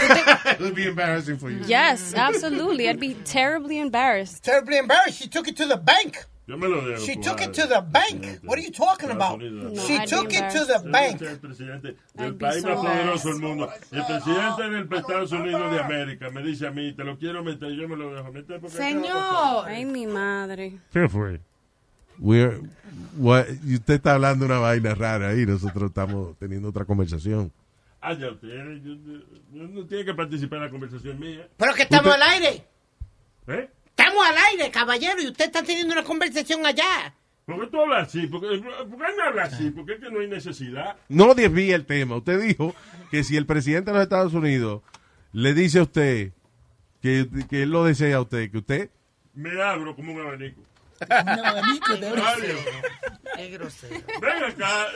S3: would be embarrassing for you.
S11: Mm. Yes, absolutely. I'd be terribly embarrassed.
S9: Terribly embarrassed. She took it to the bank.
S1: Yo me lo dejo.
S9: She took it to the bank. What are you talking about? She took it to the bank.
S1: El presidente del
S9: be
S1: país
S9: so
S1: más
S9: embarrassed.
S1: poderoso del mundo. Y El presidente del Estados Unidos de América me dice a mí, te lo quiero meter, yo me lo dejo meter. Porque
S11: Señor. Ay, mi madre.
S3: ¿Qué fue? We're, what- y usted está hablando una vaina rara ahí, nosotros estamos teniendo otra conversación.
S1: Ah, ya usted, eh, yo- yo- yo no tiene que participar en la conversación mía.
S9: Pero que estamos
S3: Usted-
S9: al aire.
S1: ¿Eh?
S9: Estamos Estamos al aire, caballero, y usted está teniendo una conversación allá.
S1: ¿Por qué tú hablas así? ¿Por qué, por qué no hablas así? ¿Por qué es que no hay necesidad?
S3: No desvía el tema. Usted dijo que si el presidente de los Estados Unidos le dice a usted que, que él lo desea a usted, que usted
S1: Me abro como un abanico.
S8: grosero.
S13: Es grosero.
S1: Ven acá.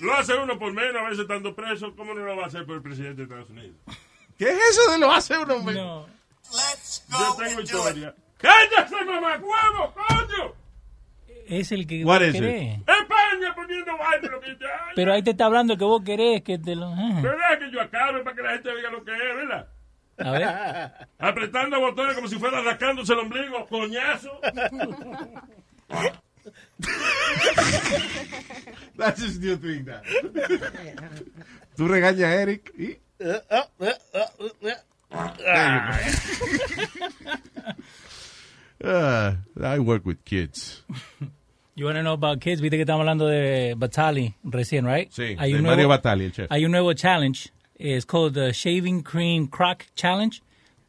S1: Lo hace uno por menos, a veces estando preso. ¿Cómo no lo va a hacer por el presidente de Estados Unidos?
S3: ¿Qué es eso de lo hace uno? hombre?
S1: Yo tengo historia. ¡Cállate, mamá! ¡Huevo, coño!
S4: Es el que
S3: What
S4: vos
S3: is it?
S4: querés.
S1: España poniendo vaina lo que te ay,
S4: Pero ahí te está hablando el que vos querés que te lo... Ah.
S1: ¿Verdad que yo acabe para que la gente vea lo que es, verdad?
S4: A ver.
S1: Apretando botones como si fuera rascándose el ombligo, coñazo.
S3: That's his new thing now. Tú regañas a Eric y... Ah, I work with kids.
S4: You want to know about kids? Viste que estamos hablando de Batali recién, right?
S3: Sí, de Mario Batali, el chef.
S4: Hay un nuevo challenge. Es called the Shaving Cream Crock Challenge,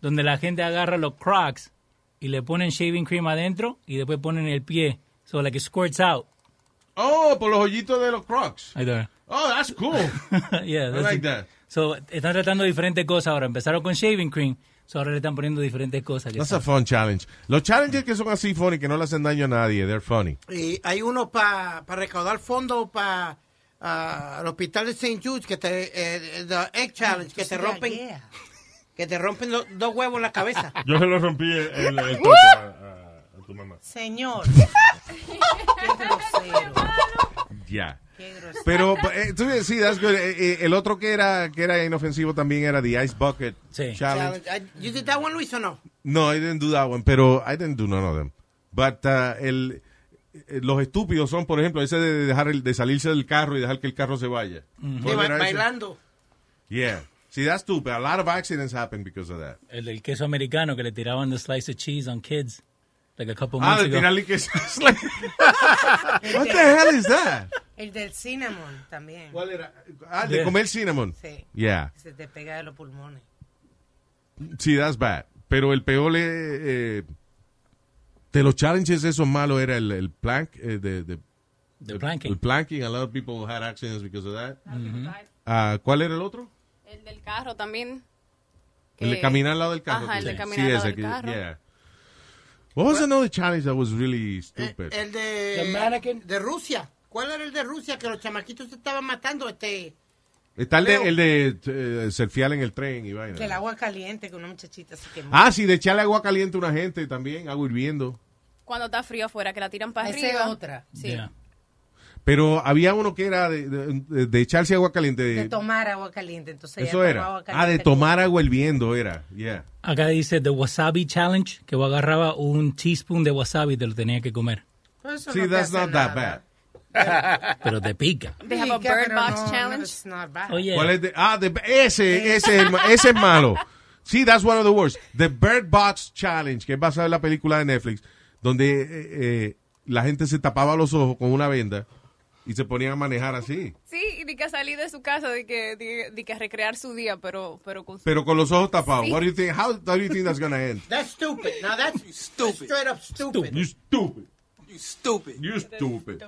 S4: donde la gente agarra los crocks y le ponen shaving cream adentro y después ponen el pie. So, like it squirts out.
S3: Oh, por los hoyitos de los crocs.
S4: Ahí está.
S3: Oh, that's cool.
S4: yeah, that's
S3: like
S4: it.
S3: that.
S4: So, están tratando diferentes cosas ahora. Empezaron con shaving cream, so ahora le están poniendo diferentes cosas. que
S3: That's
S4: están-
S3: a fun challenge. Los challenges que son así funny, que no le hacen daño a nadie, they're funny.
S9: Y hay uno para recaudar fondos para el hospital de St. Jude, que te, eh, eh, the Egg Challenge, que te rompen, que te rompen lo- dos huevos en la cabeza.
S1: Yo se lo rompí el, el, el toto a, a- a tu mamá.
S13: Señor. Qué grosero.
S3: Ya.
S13: Qué grosero.
S3: Pero, eh, tú ves, sí, that's good. Eh, eh, el otro que era, que era inofensivo también era the Ice Bucket Challenge.
S9: Challenge. Uh, You did that one, Luis, o no?
S3: No, I didn't do that one, pero I didn't do none of them. But uh, el, eh, los estúpidos son, por ejemplo, ese de dejar el- de salirse del carro y dejar que el carro se vaya.
S9: Sí,
S3: Bueno,
S9: ba-
S3: era ese.
S9: bailando.
S3: Yeah. See, that's stupid. A lot of accidents happen because of that.
S4: El del queso americano que le tiraban the slice of cheese on kids, like a couple
S3: Ah,
S4: months
S3: de
S4: ago.
S3: tirarle queso. It's like, what the hell is that?
S13: El del cinnamon también.
S3: ¿Cuál era? Ah, de comer cinnamon.
S13: Sí.
S3: Yeah.
S13: Se te pega de los pulmones.
S3: Sí, that's bad. Pero el peor eh, eh, de los challenges esos malos era el, el plank. eh, de, de-
S4: The planking.
S3: El planking. A lot of people had accidents because of that.
S4: Mhm.
S3: Ah, ¿Cuál era el otro?
S11: El del carro también.
S3: El de
S11: que-
S3: caminar al lado del carro.
S11: Ajá, el de
S3: Sí,
S11: caminar al lado
S3: ese
S11: del
S3: que-
S11: carro.
S3: yeah. What was another challenge that was really stupid?
S9: El de, de Rusia. ¿Cuál era el de Rusia? Que los chamaquitos se estaban matando. Este,
S3: Está el de, el de eh, surfear en el tren y vaina.
S13: Del agua caliente que una muchachita se quemó.
S3: Ah, sí, de echarle agua caliente a una gente también, agua hirviendo.
S11: Cuando está frío afuera, que la tiran para
S13: Esa
S11: arriba.
S13: es otra.
S11: Sí.
S3: Pero había uno que era de, de- de echarse agua caliente. de-
S13: De tomar agua caliente. Entonces ella
S3: eso
S13: tomaba
S3: era.
S13: agua
S3: Ah, de
S13: caliente
S3: tomar agua hirviendo era. Yeah.
S4: Acá dice The Wasabi Challenge, que vos agarraba un teaspoon de wasabi y te lo tenías que comer.
S13: Pero eso
S3: See,
S13: no te
S3: that's
S13: hace
S3: not
S13: nada.
S3: that bad.
S4: Pero te pica.
S11: They have a
S13: Pica,
S11: bird
S13: pero
S11: box
S13: no, no,
S11: challenge.
S13: it's not bad.
S3: ¿Cuál es de- ah, de- ese, ese, es el ma- ese es malo. Sí, that's one of the worst. The Bird Box Challenge, que es basado en la película de Netflix, donde eh, eh, la gente se tapaba los ojos con una venda y se ponían a manejar así,
S11: Sí, y de que salí de su casa, de que, de, de que a recrear su día, pero, pero con su...
S3: pero con los ojos tapados.
S11: Sí.
S3: What do you think? How, how do you think that's gonna end?
S9: That's stupid. Now that's stupid. Straight up stupid.
S3: You stupid.
S9: You stupid.
S1: You stupid.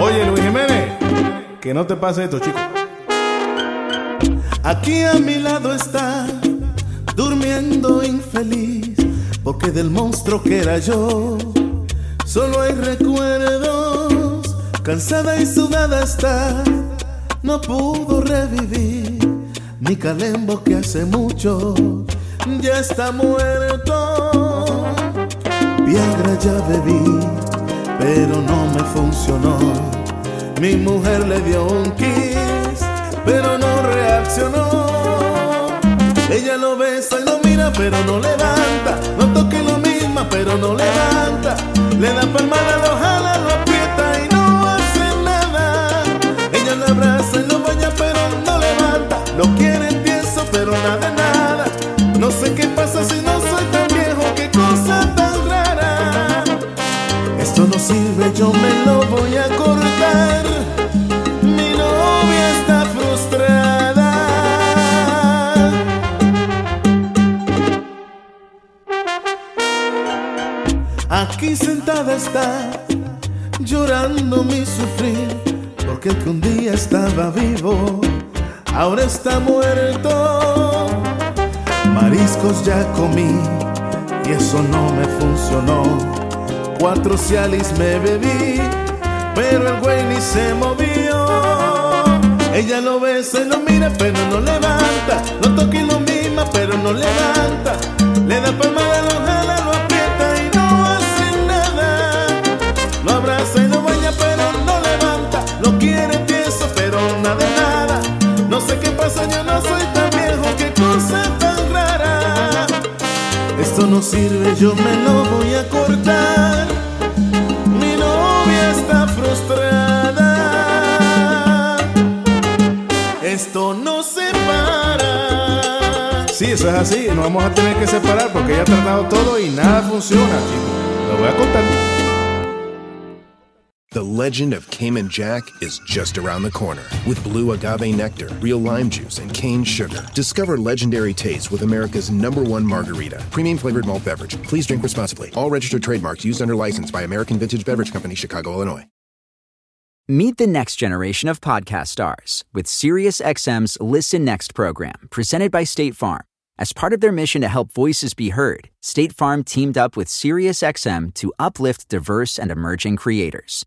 S21: Oye, Luis Jiménez, que no te pase esto, chico.
S15: Aquí a mi lado está, durmiendo infeliz, porque del monstruo que era yo, solo hay recuerdos. Cansada y sudada está, no pudo revivir, ni Calembo que hace mucho ya está muerto. Viagra ya bebí, pero no me funcionó. Mi mujer le dio un kiss, pero no reaccionó. Ella lo besa y lo mira, pero no levanta. No toque lo misma, pero no levanta. Le da palmada, lo jala, lo aprieta y no hace nada. Ella lo abraza y lo baña, pero no levanta. Lo quiere tieso, pero nada, nada. No sé qué pasa si no soy tan viejo, qué cosa tan rara. Esto no sirve, yo me lo voy a cortar. Mi novia está frustrada. sentada está llorando mi sufrir, porque el que un día estaba vivo, ahora está muerto. Mariscos ya comí y eso no me funcionó. Cuatro cialis me bebí, pero el güey ni se movió. Ella lo besa y lo mira, pero no levanta. Lo toca y lo mima, pero no levanta. Le da palmada, lo jala, lo aprieta y no hace nada. Lo abraza y lo baña, pero no levanta. Lo quiere, piensa, pero nada de nada. No sé qué pasa, yo no soy tan viejo, qué cosa tan rara. Esto no sirve, yo me lo voy a cortar. Mi novia está frustrada. Esto no se para.
S21: Sí, eso es así. Nos vamos a tener que separar porque ella ha tratado todo y nada funciona, chicos. Lo voy a contar.
S22: The legend of Cayman Jack is just around the corner. With blue agave nectar, real lime juice, and cane sugar, discover legendary taste with America's number one margarita. Premium flavored malt beverage. Please drink responsibly. All registered trademarks used under license by American Vintage Beverage Company, Chicago, Illinois.
S23: Meet the next generation of podcast stars with SiriusXM's Listen Next program, presented by State Farm. As part of their mission to help voices be heard, State Farm teamed up with SiriusXM to uplift diverse and emerging creators.